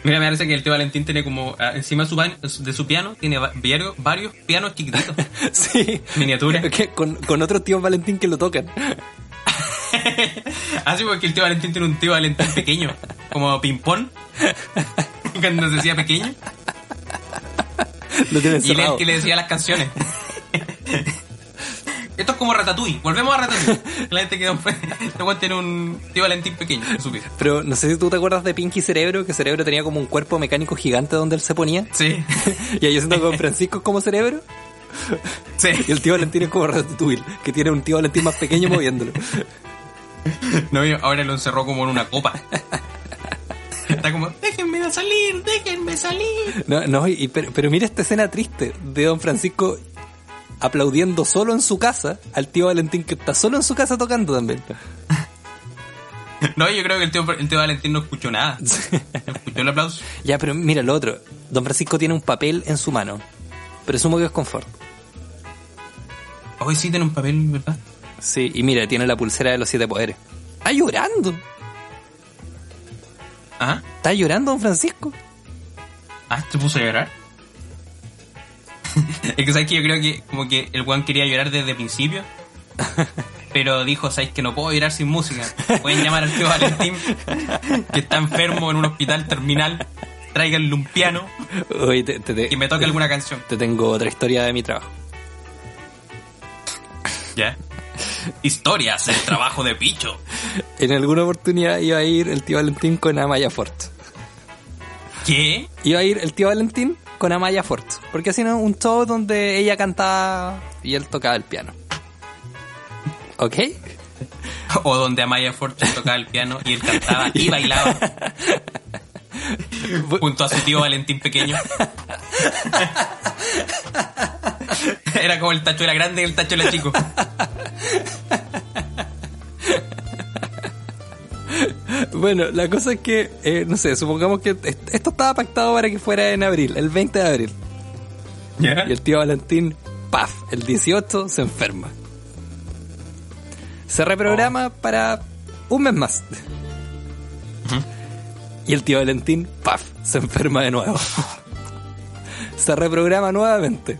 Speaker 1: Mira, me parece que el tío Valentín tiene como... ah, encima de su, ban- de su piano tiene va- varios, varios pianos chiquititos.
Speaker 2: (laughs) sí.
Speaker 1: Miniatura.
Speaker 2: Que- Con, con otros tíos Valentín que lo tocan.
Speaker 1: Así Ah, porque el tío Valentín tiene un tío Valentín pequeño, como ping-pong, cuando se decía pequeño,
Speaker 2: Lo tienen
Speaker 1: y él es
Speaker 2: cerrado.
Speaker 1: el que le decía las canciones. Esto es como Ratatouille, volvemos a Ratatouille. La gente que después tiene un tío Valentín pequeño, en su vida.
Speaker 2: Pero no sé si tú te acuerdas de Pinky Cerebro, que Cerebro tenía como un cuerpo mecánico gigante donde él se ponía. (laughs)
Speaker 1: Sí,
Speaker 2: Y ahí yo siento con Francisco es como Cerebro. Y
Speaker 1: sí.
Speaker 2: el tío Valentín es como Ratatouille, que tiene un tío Valentín
Speaker 1: (laughs)
Speaker 2: más pequeño moviéndolo.
Speaker 1: No, y ahora lo encerró como en una copa. Está como, déjenme salir, déjenme salir.
Speaker 2: No, no, y- y- pero, pero mira esta escena triste de Don Francisco aplaudiendo solo en su casa al tío Valentín que está solo en su casa tocando también.
Speaker 1: No, yo creo que el tío, el tío Valentín no escuchó nada. No escuchó el aplauso.
Speaker 2: Ya, pero mira lo otro. Don Francisco tiene un papel en su mano. Presumo que es confort.
Speaker 1: Hoy sí tiene un papel, ¿verdad?
Speaker 2: Sí, y mira, tiene la pulsera de los siete poderes. Está llorando.
Speaker 1: Ajá.
Speaker 2: Está llorando Don Francisco.
Speaker 1: Ah, ¿te puso a llorar? (laughs) es que sabes que yo creo que como que el Juan quería llorar desde el principio. Pero dijo, sabes que no puedo llorar sin música. Pueden llamar al tío Valentín, que está enfermo en un hospital terminal. Tráiganle un piano
Speaker 2: Oye, te, te- te-
Speaker 1: y me toque alguna canción.
Speaker 2: te tengo otra historia de mi trabajo.
Speaker 1: ¿Ya? Historias, el trabajo de Picho.
Speaker 2: En alguna oportunidad iba a ir el tío Valentín con Amaya Fort.
Speaker 1: ¿Qué?
Speaker 2: iba a ir el tío Valentín con Amaya Fort. Porque hacían un show donde ella cantaba y él tocaba el piano. ¿Ok?
Speaker 1: (laughs) O donde Amaya Fortune tocaba el piano y él cantaba y bailaba. junto a su tío Valentín pequeño. Era como el tachuela grande y el tachuela chico.
Speaker 2: (laughs) Bueno, la cosa es que, eh, no sé, supongamos que est- esto estaba pactado para que fuera en abril, el 20 de abril. Y el tío Valentín, paf, el 18 se enferma. Se reprograma para un mes más. Y el tío Valentín, paf, se enferma de nuevo. se reprograma nuevamente.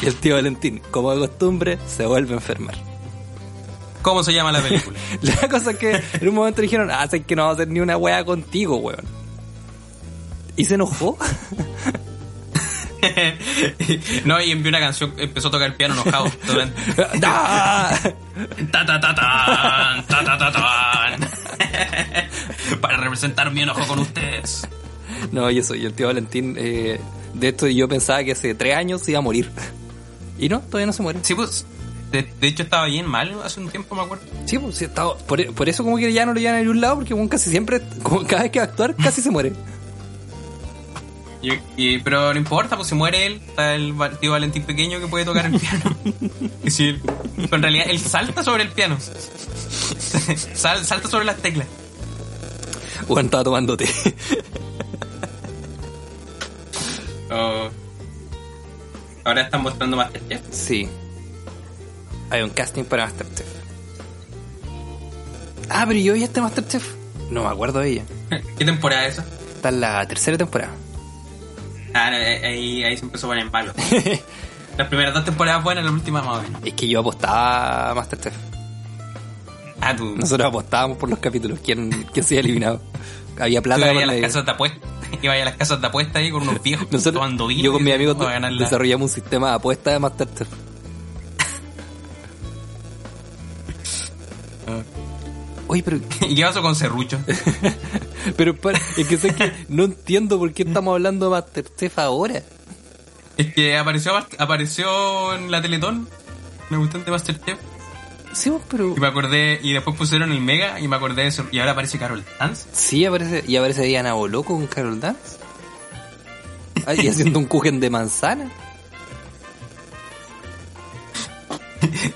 Speaker 2: Y el tío Valentín, como de costumbre, se vuelve a enfermar. (laughs)
Speaker 1: ¿Cómo se llama la película? (laughs)
Speaker 2: La cosa es que en un momento dijeron, ah, sé que no vamos a hacer ni una wea contigo, weón. Y se enojó. (laughs)
Speaker 1: No, y envió una canción, empezó a tocar el piano enojado. durante-
Speaker 2: ¡Ah!
Speaker 1: Ta, ta, ta, tan, ta, ta, ta, tan. Para representar mi enojo con ustedes.
Speaker 2: (laughs) No, y eso, y el tío Valentín, eh, de esto yo pensaba que hace tres años se iba a morir. Y no, todavía no se muere.
Speaker 1: Sí, pues, de, de hecho estaba bien mal hace un tiempo, me acuerdo.
Speaker 2: Sí, pues sí, estaba- por, por eso como que ya no lo llevan a ningún lado, porque bueno, casi siempre, como cada vez que va a actuar, casi se (laughs) muere.
Speaker 1: Y- y- pero no importa, pues si muere él, está el va- tío Valentín pequeño que puede tocar el (laughs) piano. Y si- pero en realidad él salta sobre el piano. Sal- salta sobre las teclas.
Speaker 2: Bueno, estaba tomando té.
Speaker 1: Oh. Ahora están mostrando Masterchef.
Speaker 2: Sí. Hay un casting para Masterchef. Ah, pero yo vi este Masterchef. No me acuerdo de ella.
Speaker 1: (laughs) ¿Qué temporada es esa?
Speaker 2: Está en la tercera temporada.
Speaker 1: Ah, no, eh, ahí, ahí se empezó a poner (laughs) malo. Las primeras dos temporadas buenas, la última más o menos.
Speaker 2: Es que yo apostaba a Masterchef.
Speaker 1: Ah, tú.
Speaker 2: Nosotros apostábamos por los capítulos, quién, quién se había eliminado. Había
Speaker 1: tú
Speaker 2: plata
Speaker 1: ibas
Speaker 2: por
Speaker 1: a las
Speaker 2: medio.
Speaker 1: casas de apuestas. (laughs) Ibas a las casas de apuestas ahí con unos viejos
Speaker 2: (laughs) Nosotros-
Speaker 1: tomando vino.
Speaker 2: yo con
Speaker 1: y
Speaker 2: mis amigos
Speaker 1: vamos a ganar la-
Speaker 2: desarrollamos un sistema de apuesta de Masterchef.
Speaker 1: Ah.
Speaker 2: Oye, pero,
Speaker 1: (laughs) ¿Y qué pasó con Serrucho?
Speaker 2: (laughs) pero para- es que sé que no entiendo por qué estamos hablando de Masterchef ahora.
Speaker 1: Es que apareció, apareció en la Teletón. Me gustó de Masterchef.
Speaker 2: Sí, vos, pero.
Speaker 1: Y me acordé, y después pusieron el Mega y me acordé de eso. Y ahora aparece Carol Dance.
Speaker 2: Sí, aparece, y aparece Diana Boló con Carol Dance. Ah, y haciendo un cujen de manzana.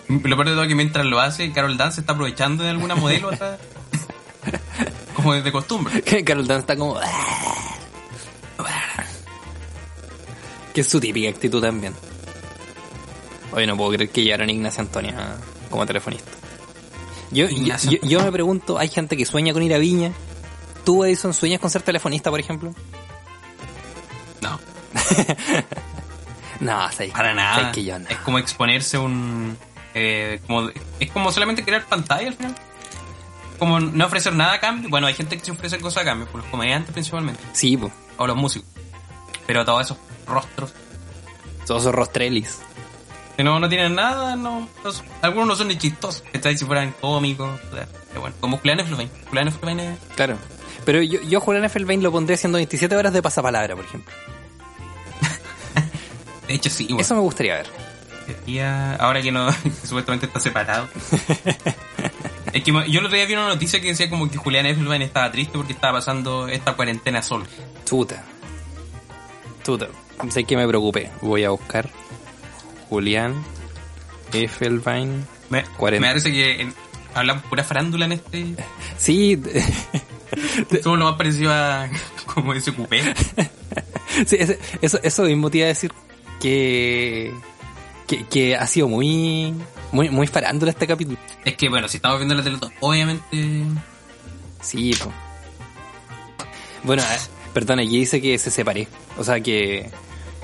Speaker 1: Lo peor de todo es que mientras lo hace, Carol Dance se está aprovechando de alguna modelo, o
Speaker 2: (laughs)
Speaker 1: sea, como de costumbre.
Speaker 2: Carol Dance está como. "Ah, Que es su típica actitud también. Oye, no puedo creer que llegaron Ignacio Antonia como telefonista. Yo, yo,
Speaker 1: Ignacio.
Speaker 2: yo- yo me pregunto, hay gente que sueña con ir a Viña. ¿Tú, Edison, sueñas con ser telefonista, por ejemplo?
Speaker 1: No,
Speaker 2: No, sabes,
Speaker 1: para nada.
Speaker 2: sabes que yo no.
Speaker 1: Es como exponerse un. eh, como, es como solamente crear pantalla al final. Como no ofrecer nada a cambio. Bueno, hay gente que se ofrece cosas a cambio, por los comediantes principalmente,
Speaker 2: Sí, po.
Speaker 1: o los músicos. Pero todos esos rostros.
Speaker 2: Todos esos rostrelis.
Speaker 1: que no, no tienen nada, no, no son- algunos no son ni chistosos, ¿cachai? Si fueran cómicos, o sea, pero bueno, como Julián Effelbein. Julián eh, Effelbein es-
Speaker 2: Claro. Pero yo, yo a Julián Felbain lo pondría haciendo 27 horas de pasapalabra, por ejemplo.
Speaker 1: de hecho sí, bueno,
Speaker 2: Eso me gustaría ver.
Speaker 1: sería- ahora que no, (laughs) que supuestamente está
Speaker 2: (laughs)
Speaker 1: separado. es que me- yo el otro día vi una noticia que decía como que Julián Effelbein estaba triste porque estaba pasando esta cuarentena solo.
Speaker 2: Tuta. Tuta. Sé que me preocupé. Voy a buscar Julián Effelbein.
Speaker 1: Me,
Speaker 2: Cuarenta.
Speaker 1: me parece que en- hablamos pura farándula en este,
Speaker 2: Sí, (laughs)
Speaker 1: somos lo más parecido a, (laughs) como dice Coupé.
Speaker 2: sí, ese- eso, eso mismo te iba a decir que, que, que ha sido muy, muy, muy farándula este capítulo.
Speaker 1: Es que bueno, si estamos viendo la teletón, obviamente...
Speaker 2: Sí, po. Bueno, a- perdón, allí dice que se separé. O sea, que,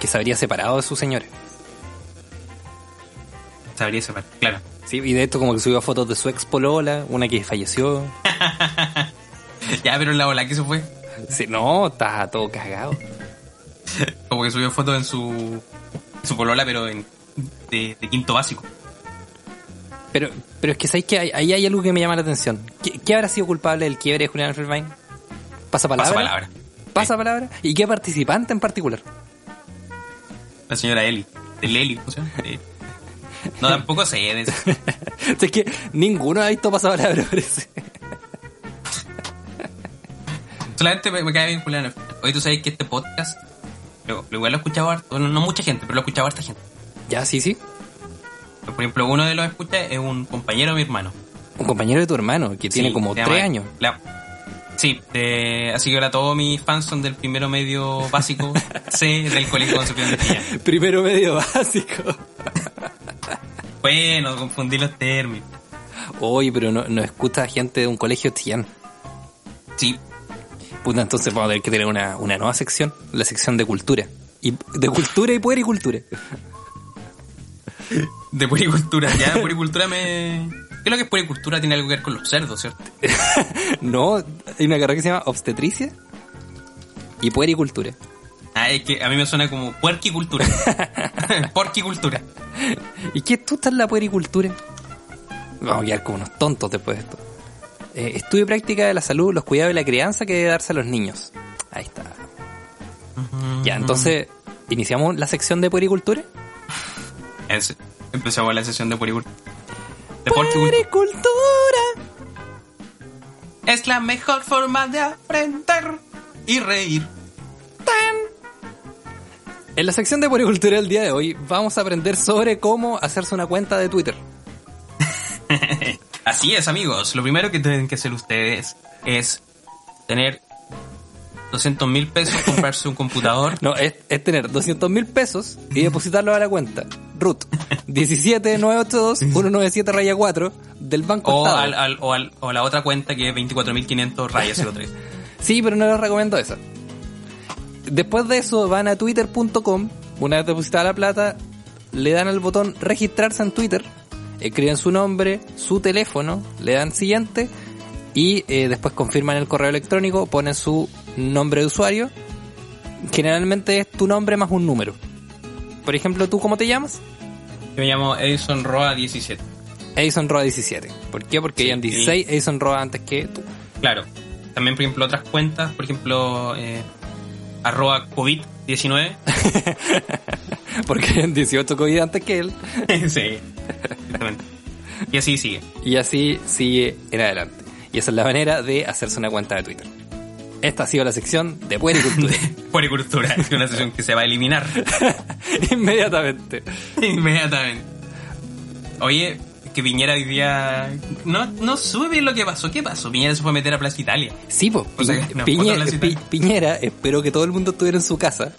Speaker 2: que se habría separado de su señora.
Speaker 1: Sabría separar, claro.
Speaker 2: Sí, y de esto como que subió fotos de su ex polola, una que falleció.
Speaker 1: Ya, pero la ola que se fue.
Speaker 2: Sí, no, está todo cagado.
Speaker 1: Como que subió fotos en su, su polola, pero en, de, de quinto básico.
Speaker 2: Pero, pero es que sabéis que hay- ahí hay algo que me llama la atención. ¿Qué, qué habrá sido culpable del quiebre de Julián Alfredvine? ¿Pasa palabra?
Speaker 1: Pasa palabra.
Speaker 2: ¿Pasa palabra? ¿Y qué participante en particular? (laughs)
Speaker 1: La señora Eli. De Leli, ¿cómo se llama? De- No, tampoco sé. de-
Speaker 2: es que ninguno ha visto pasa palabra, (laughs) parece.
Speaker 1: solamente me, me cae bien Julián. Hoy tú sabes que este podcast, lo, lo igual lo he escuchado harto, bueno, no mucha gente, pero lo he escuchado harta gente.
Speaker 2: Ya, sí, sí.
Speaker 1: Por ejemplo, uno de los escucha es un compañero de mi hermano.
Speaker 2: Un compañero de tu hermano que tiene
Speaker 1: Sí,
Speaker 2: como
Speaker 1: se
Speaker 2: tres
Speaker 1: llama-
Speaker 2: años.
Speaker 1: la- sí, de- así que ahora todos mis fans son del primero medio básico
Speaker 2: (laughs)
Speaker 1: C del Colegio Concepción de Chillán.
Speaker 2: Primero medio (laughs) básico.
Speaker 1: Bueno, confundí los términos.
Speaker 2: Oye, pero no, no escucha gente de un colegio chillán.
Speaker 1: Sí,
Speaker 2: Puta, entonces vamos a tener que tener una, una nueva sección, la sección de cultura. Y, de cultura y puericultura.
Speaker 1: De puricultura, ya, puricultura me. Creo que puricultura tiene algo que ver con los cerdos, ¿cierto?
Speaker 2: No, hay una carrera que se llama obstetricia y puericultura.
Speaker 1: Ah, es que a mí me suena como puerquicultura. (laughs) Porquicultura.
Speaker 2: ¿Y qué tú estás en la puericultura? Vamos a quedar como unos tontos después de esto. Eh, estudio y práctica de la salud, los cuidados y la crianza que debe darse a los niños. Ahí está. Ya, entonces, ¿iniciamos la sección de puericultura?
Speaker 1: Es- empezamos la sesión de puricultura. De porquicultura.
Speaker 2: ¡Puericultura!
Speaker 1: Es la mejor forma de aprender y reír.
Speaker 2: En la sección de puericultura del día de hoy vamos a aprender sobre cómo hacerse una cuenta de Twitter.
Speaker 1: Así es, amigos. Lo primero que tienen que hacer ustedes es tener 200 mil pesos, comprarse (laughs) un computador.
Speaker 2: (laughs) No, es, es tener 200 mil pesos y depositarlos a la cuenta. Ruth 17982-197 raya 4 del Banco
Speaker 1: O,
Speaker 2: Estado.
Speaker 1: al, al- o, al- o Oh, la otra cuenta que es 24.500 rayas 03.
Speaker 2: Sí, pero no les recomiendo esa. Después de eso van a twitter.com, una vez depositada la plata, le dan al botón registrarse en Twitter, escriben su nombre, su teléfono, le dan siguiente y eh, después confirman el correo electrónico, ponen su nombre de usuario. Generalmente es tu nombre más un número. Por ejemplo, ¿tú cómo te llamas?
Speaker 1: Yo me llamo Edison Roa 17.
Speaker 2: Edison Roa 17. ¿Por qué?
Speaker 1: Sí,
Speaker 2: Porque habían 16 Edison Roa antes que tú. (laughs)
Speaker 1: Claro. También, por ejemplo, otras cuentas, por ejemplo, eh, arroba COVID-19.
Speaker 2: Porque habían 18 COVID antes que él.
Speaker 1: sí, exactamente. Y así sigue.
Speaker 2: Y así sigue en adelante. Y esa es la manera de hacerse una cuenta de Twitter. Esta ha sido la sección de
Speaker 1: (laughs)
Speaker 2: puericultura.
Speaker 1: Puericultura es una sesión que se va a eliminar
Speaker 2: (laughs) Inmediatamente.
Speaker 1: inmediatamente. Oye, que Piñera hoy día. No, no sube bien lo que pasó. ¿Qué pasó? Piñera se fue a meter a Plaza Italia.
Speaker 2: Sí, po.
Speaker 1: O sea,
Speaker 2: Pi-
Speaker 1: una
Speaker 2: Piñe-
Speaker 1: foto en la ciudad.
Speaker 2: Pi- Piñera esperó que todo el mundo estuviera en su casa.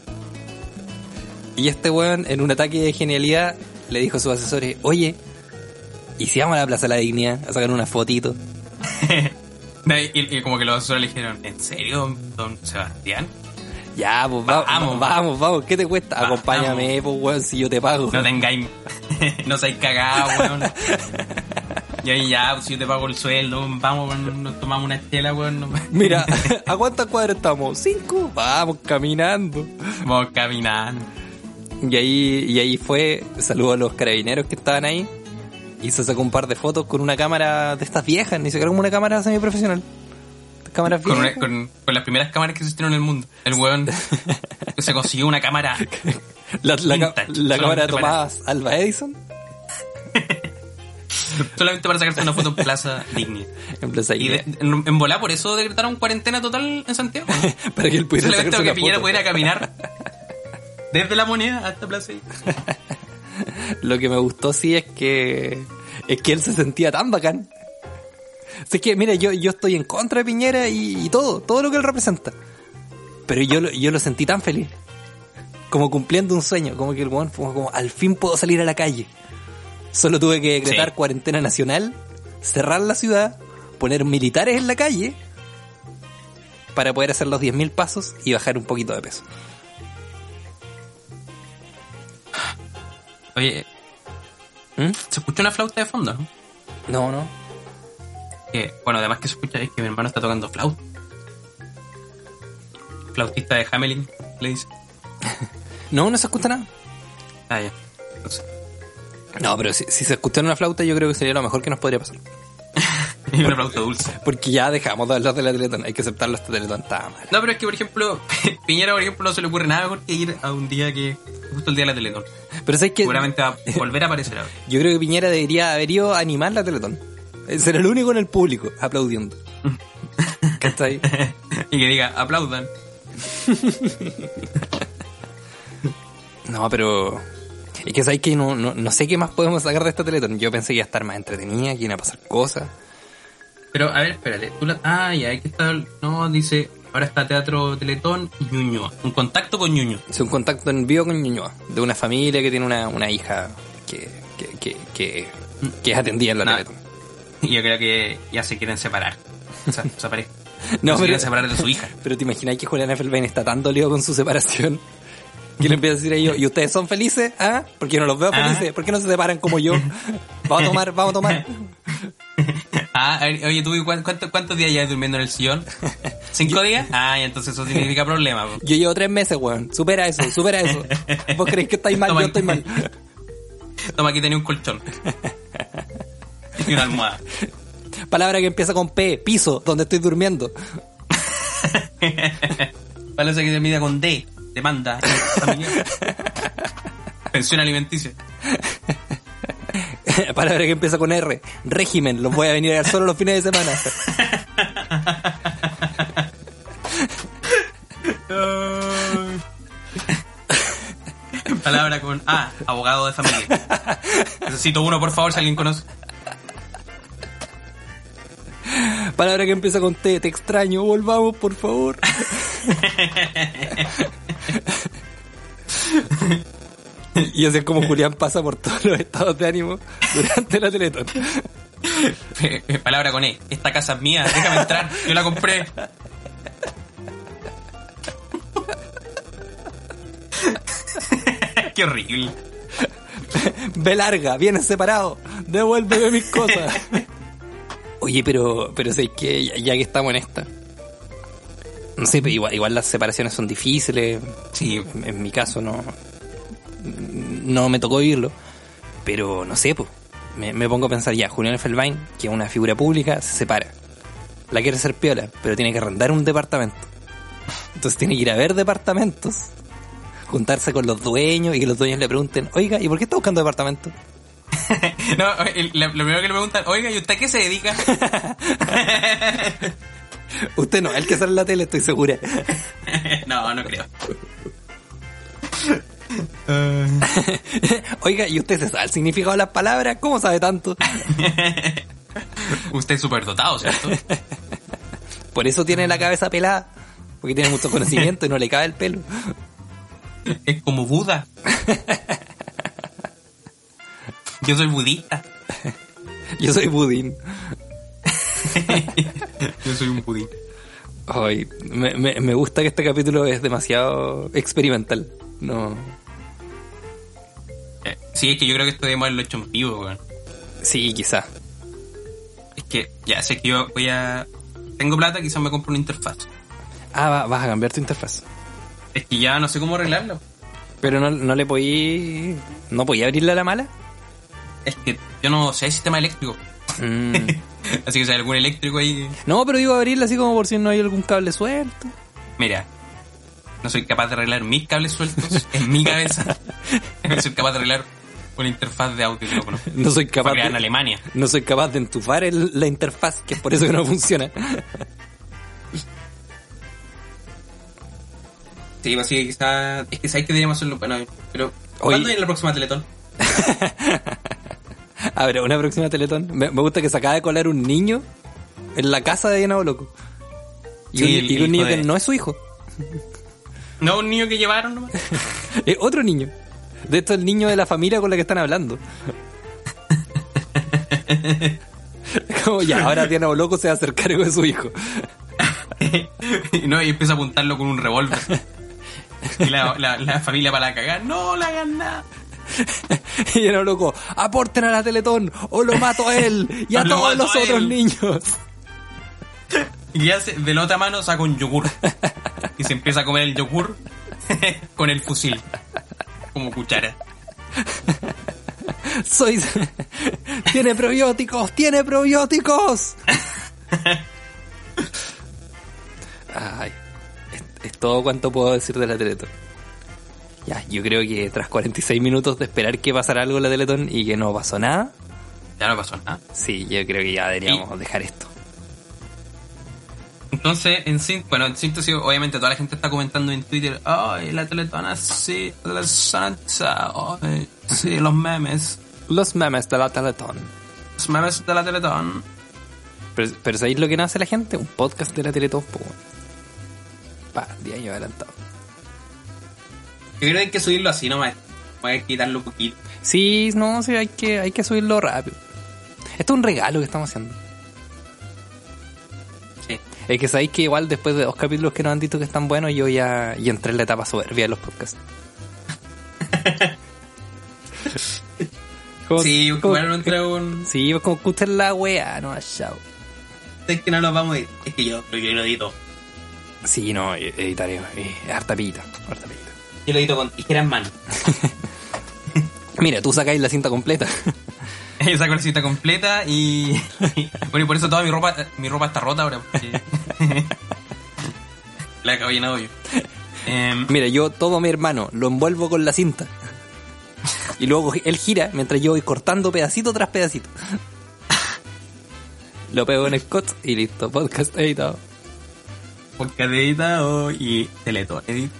Speaker 2: Y este weón, en un ataque de genialidad, le dijo a sus asesores, oye, ¿y si vamos a la Plaza de la Dignidad a sacar una fotito?
Speaker 1: Y, y como que los asesores le dijeron: ¿En serio, don Sebastián?
Speaker 2: Ya, pues va-
Speaker 1: Vamos.
Speaker 2: vamos, vamos, vamos, ¿qué te cuesta?
Speaker 1: Vamos.
Speaker 2: Acompáñame, pues weón, si yo te pago.
Speaker 1: No tengáis. (laughs) no seáis cagados, weón. Y ahí ya, pues, yo te pago el sueldo, vamos, weón, nos tomamos una estela, weón. nos-
Speaker 2: Mira, (laughs) ¿a cuántas cuadras estamos? Cinco. Vamos, caminando.
Speaker 1: (laughs) Vamos caminando.
Speaker 2: Y ahí, y ahí fue, saludó a los carabineros que estaban ahí. Y se sacó un par de fotos con una cámara de estas viejas, ni siquiera como una cámara semiprofesional. Estas Cámaras
Speaker 1: Con, una-
Speaker 2: viejas.
Speaker 1: con, con las primeras cámaras que existieron en el mundo. El
Speaker 2: (laughs)
Speaker 1: weón se consiguió una cámara.
Speaker 2: la la ca-
Speaker 1: vintage,
Speaker 2: la
Speaker 1: solamente
Speaker 2: cámara de
Speaker 1: para-
Speaker 2: Tomás Alba Edison
Speaker 1: solamente para sacarse una foto en Plaza Dignia.
Speaker 2: en Plaza
Speaker 1: Y de-
Speaker 2: Dignidad,
Speaker 1: en, en volá, por eso decretaron cuarentena total en Santiago. ¿no?
Speaker 2: (laughs) Para que él (laughs) pudiera
Speaker 1: Solamente
Speaker 2: sacarse
Speaker 1: para que
Speaker 2: una
Speaker 1: Piñera
Speaker 2: foto.
Speaker 1: pudiera
Speaker 2: (laughs)
Speaker 1: caminar desde la moneda hasta Plaza Dignia.
Speaker 2: Lo que me gustó sí es que es que él se sentía tan bacán. Así que, mira, yo, yo estoy en contra de Piñera y, y todo, todo lo que él representa. Pero yo, lo- yo lo sentí tan feliz. Como cumpliendo un sueño, como que el weón fue como, al fin puedo salir a la calle. Solo tuve que decretar
Speaker 1: Sí.
Speaker 2: cuarentena nacional, cerrar la ciudad, poner militares en la calle para poder hacer los 10.000 pasos y bajar un poquito de peso.
Speaker 1: Oye,
Speaker 2: ¿Mm?
Speaker 1: se escucha una flauta de fondo, ¿no?
Speaker 2: No, no.
Speaker 1: Que, bueno, además que se escucha es que mi hermano está tocando flauta. Flautista de Hamelin, le dice.
Speaker 2: No, no se escucha nada.
Speaker 1: Ah, ya. Entonces, (laughs)
Speaker 2: No, pero si, si se escuchara una flauta, yo creo que sería lo mejor que nos podría pasar.
Speaker 1: y una flauta dulce.
Speaker 2: Porque ya dejamos de hablar de la Teletón, hay que aceptarlo esta Teletón está mal.
Speaker 1: No, pero es que, por ejemplo, (laughs) Piñera, por ejemplo, no se le ocurre nada mejor que ir a un día que. justo el día de la Teletón.
Speaker 2: Pero sabes que
Speaker 1: Seguramente
Speaker 2: (laughs)
Speaker 1: va a volver a aparecer ahora. (laughs)
Speaker 2: yo creo que Piñera debería haber ido a animar la Teletón. Eh, Ser el único en el público aplaudiendo. ¿Cachai?
Speaker 1: y que diga, aplaudan.
Speaker 2: No, pero. Es que sabes que no, no, no sé qué más podemos sacar de esta Teletón. Yo pensé que iba a estar más entretenida, que iban a pasar cosas.
Speaker 1: Pero, a ver, espérate. Tú la... Ah, ya, aquí está. el- No, dice. Ahora está Teatro Teletón y Ñuñoa. Un contacto con Ñuñoa.
Speaker 2: Hice un contacto en vivo con Ñuñoa, de una familia que tiene una, una hija que, que, que, que, que es atendida en la
Speaker 1: Nah.
Speaker 2: Teletón.
Speaker 1: (laughs) Y Yo creo que ya se quieren separar. O sea, se pareja.
Speaker 2: (laughs) No,
Speaker 1: se
Speaker 2: pero-
Speaker 1: quieren separar de su hija.
Speaker 2: Pero te imaginas que Julián Felbein está tan dolido con su separación que le empieza a decir a ellos, ¿y ustedes son felices? ¿Ah? ¿Por qué no los veo
Speaker 1: Ah.
Speaker 2: felices? ¿Por qué no se separan como yo? Vamos a tomar, vamos a tomar.
Speaker 1: Ah, a ver, oye, ¿tú cuán- cuánto- cuántos días llevas durmiendo en el (laughs) sillón? ¿Cinco días? Ah, ya, entonces eso significa problema. po.
Speaker 2: Yo llevo tres meses, weón. Supera eso, supera eso. ¿Vos creéis que estáis mal?
Speaker 1: Toma.
Speaker 2: Yo estoy mal.
Speaker 1: Toma, aquí tenía un colchón. Y una almohada.
Speaker 2: Palabra que empieza con P, piso, donde estoy durmiendo.
Speaker 1: (laughs)
Speaker 2: (laughs)
Speaker 1: Parece que termina con D, demanda. familiar. Pensión alimenticia.
Speaker 2: Palabra que empieza con R, régimen. Los voy a venir a ver solo los fines de semana.
Speaker 1: Palabra con A, abogado de familia. Necesito uno, por favor, si alguien conoce.
Speaker 2: Palabra que empieza con T, te extraño, volvamos, por favor. y así es como Julián pasa por todos los estados de ánimo durante la Teletón.
Speaker 1: (laughs) Palabra con E, esta casa es mía, déjame entrar, yo la compré. (laughs) Qué horrible.
Speaker 2: Ve larga, vienes separado, devuélveme mis cosas. (laughs) Oye, pero, pero sé que ya, ya que estamos en esta. No sé, pero igual, igual las separaciones son difíciles.
Speaker 1: Sí,
Speaker 2: En, en mi caso no. No me tocó vivirlo. Pero no sé, pues. Me, me pongo a pensar ya, Julián Felbain, que es una figura pública, se separa. La quiere ser piola, pero tiene que arrendar un departamento. Entonces tiene que ir a ver departamentos, juntarse con los dueños y que los dueños le pregunten, oiga, ¿y por qué está buscando departamento?
Speaker 1: no, el- la- lo primero que le preguntan, oiga, ¿y usted a qué se dedica?
Speaker 2: Usted no, el que sale en la tele, estoy segura.
Speaker 1: (laughs) no, no creo.
Speaker 2: Oiga, ¿y usted se sabe el significado de las palabras? ¿Cómo sabe tanto?
Speaker 1: Usted es súper dotado, ¿cierto?
Speaker 2: Por eso tiene la cabeza pelada. Porque tiene mucho conocimiento y no le cae el pelo.
Speaker 1: Es como Buda. Yo soy budista.
Speaker 2: Yo soy budín.
Speaker 1: Yo soy un budín.
Speaker 2: Ay, me, me- me gusta que este capítulo es demasiado experimental. No.
Speaker 1: Eh, Sí, es que yo creo que esto debemos haberlo hecho en vivo, weón.
Speaker 2: Sí, quizá.
Speaker 1: Es que ya sé que yo voy a. Tengo plata, quizás me compro una interfaz.
Speaker 2: Ah, va- vas a cambiar tu interfaz.
Speaker 1: Es que ya no sé cómo arreglarlo.
Speaker 2: Pero no, no le podí. ¿No podía abrirla a la mala?
Speaker 1: Es que yo no sé sistema eléctrico. (laughs)
Speaker 2: (laughs) Mm.
Speaker 1: Así que si hay algún eléctrico ahí.
Speaker 2: No, pero digo abrirla así como por si no hay algún cable suelto.
Speaker 1: Mira, no soy capaz de arreglar mis cables
Speaker 2: (laughs)
Speaker 1: sueltos en mi cabeza. (laughs) No soy capaz de arreglar una interfaz de audio teléfono.
Speaker 2: No soy
Speaker 1: Fue
Speaker 2: capaz.
Speaker 1: creada en
Speaker 2: De,
Speaker 1: Alemania.
Speaker 2: no soy capaz de entufar el- la interfaz, que es por eso
Speaker 1: (laughs)
Speaker 2: que no funciona.
Speaker 1: Sí, pues sí, quizá. Es que sabéis que deberíamos hacerlo. Bueno, pero.
Speaker 2: Hoy-
Speaker 1: ¿Cuándo viene la próxima Teletón?
Speaker 2: A ver, una próxima Teletón. Me, me gusta que se acaba de colar un niño en la casa de Diana Loco. Y,
Speaker 1: Sí,
Speaker 2: un,
Speaker 1: el
Speaker 2: y un
Speaker 1: hijo
Speaker 2: niño
Speaker 1: de-
Speaker 2: que no es su hijo.
Speaker 1: No, un niño que llevaron nomás.
Speaker 2: (laughs) Es otro niño. De hecho, el niño de la familia con la que están hablando. (laughs) Como ya, ahora Diana Loco se va a hacer cargo de su hijo.
Speaker 1: no, y empieza a apuntarlo con un
Speaker 2: (laughs)
Speaker 1: revólver. Y la, la- la familia para la cagar. No, la hagan nada.
Speaker 2: Y Diana Loco, aporten a la Teletón o lo mato a él y a
Speaker 1: (laughs) O lo
Speaker 2: todos
Speaker 1: mato
Speaker 2: los
Speaker 1: a
Speaker 2: otros
Speaker 1: él.
Speaker 2: niños.
Speaker 1: Y ya se- de la otra mano saca un yogur. Y se empieza a comer el yogur (laughs) con el fusil. Como cuchara.
Speaker 2: Soy... (laughs) tiene probióticos, tiene probióticos. Ay, es, es todo cuanto puedo decir de la Teletón. Ya, yo creo que tras 46 minutos de esperar que pasara algo en la Teletón y que no pasó nada,
Speaker 1: Ya no pasó nada.
Speaker 2: sí, yo creo que ya deberíamos dejar esto.
Speaker 1: Entonces, en sí, bueno, en síntesis, obviamente toda la gente está comentando en Twitter, ay, la teletona, sí, la santa, ay, sí, los memes,
Speaker 2: Los memes de la Teletón.
Speaker 1: los memes de la teletón.
Speaker 2: Pero, pero ¿sabéis lo que no hace la gente? Un podcast de la Teletón. po, weón. Pa, 10 años adelantado.
Speaker 1: Yo creo que hay que subirlo así nomás, hay que quitarlo un poquito.
Speaker 2: Sí, no, sí, hay que, hay que subirlo rápido. Esto es un regalo que estamos haciendo.
Speaker 1: Sí.
Speaker 2: Es que sabéis que igual después de dos capítulos que nos han dicho que están buenos, yo ya, ya entré en la etapa soberbia de los podcasts. Como-
Speaker 1: Sí,
Speaker 2: como-
Speaker 1: bueno, entre un...
Speaker 2: Sí, pues como que usted es la wea, no, chao.
Speaker 1: Es que no nos vamos a ir. Es que yo, yo lo edito.
Speaker 2: Sí, no, eh, editaré, eh, harta pita, harta pita.
Speaker 1: Yo lo edito con tijeras en mano.
Speaker 2: Mira, tú sacáis la cinta completa.
Speaker 1: (laughs) Esa cosita completa y... (laughs) bueno, y por eso toda mi ropa, mi ropa está rota ahora, porque... (laughs) la acabo llenado yo. Em,
Speaker 2: Mira, yo todo mi hermano lo envuelvo con la cinta. Y luego él gira mientras yo voy cortando pedacito tras pedacito. Lo pego en Scott y listo, podcast editado.
Speaker 1: Podcast editado y Teletón edit.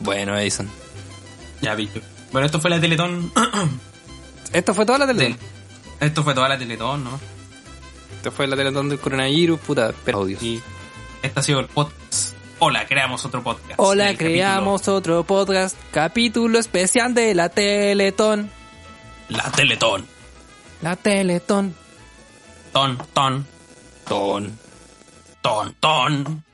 Speaker 2: Bueno, Edison.
Speaker 1: Ya, Víctor. Bueno, esto fue la Teletón. (clears throat)
Speaker 2: Esto fue toda la
Speaker 1: Del-
Speaker 2: Teletón.
Speaker 1: Esto fue toda la Teletón, ¿no?
Speaker 2: Esto fue la Teletón del coronavirus, puta. Pero, oh, Dios.
Speaker 1: Y este ha sido el podcast. Hola, creamos otro podcast. En
Speaker 2: Hola,
Speaker 1: el capítulo
Speaker 2: creamos otro podcast, capítulo especial de la Teletón.
Speaker 1: La Teletón.
Speaker 2: La Teletón.
Speaker 1: Ton, ton,
Speaker 2: Ton.
Speaker 1: ton, ton.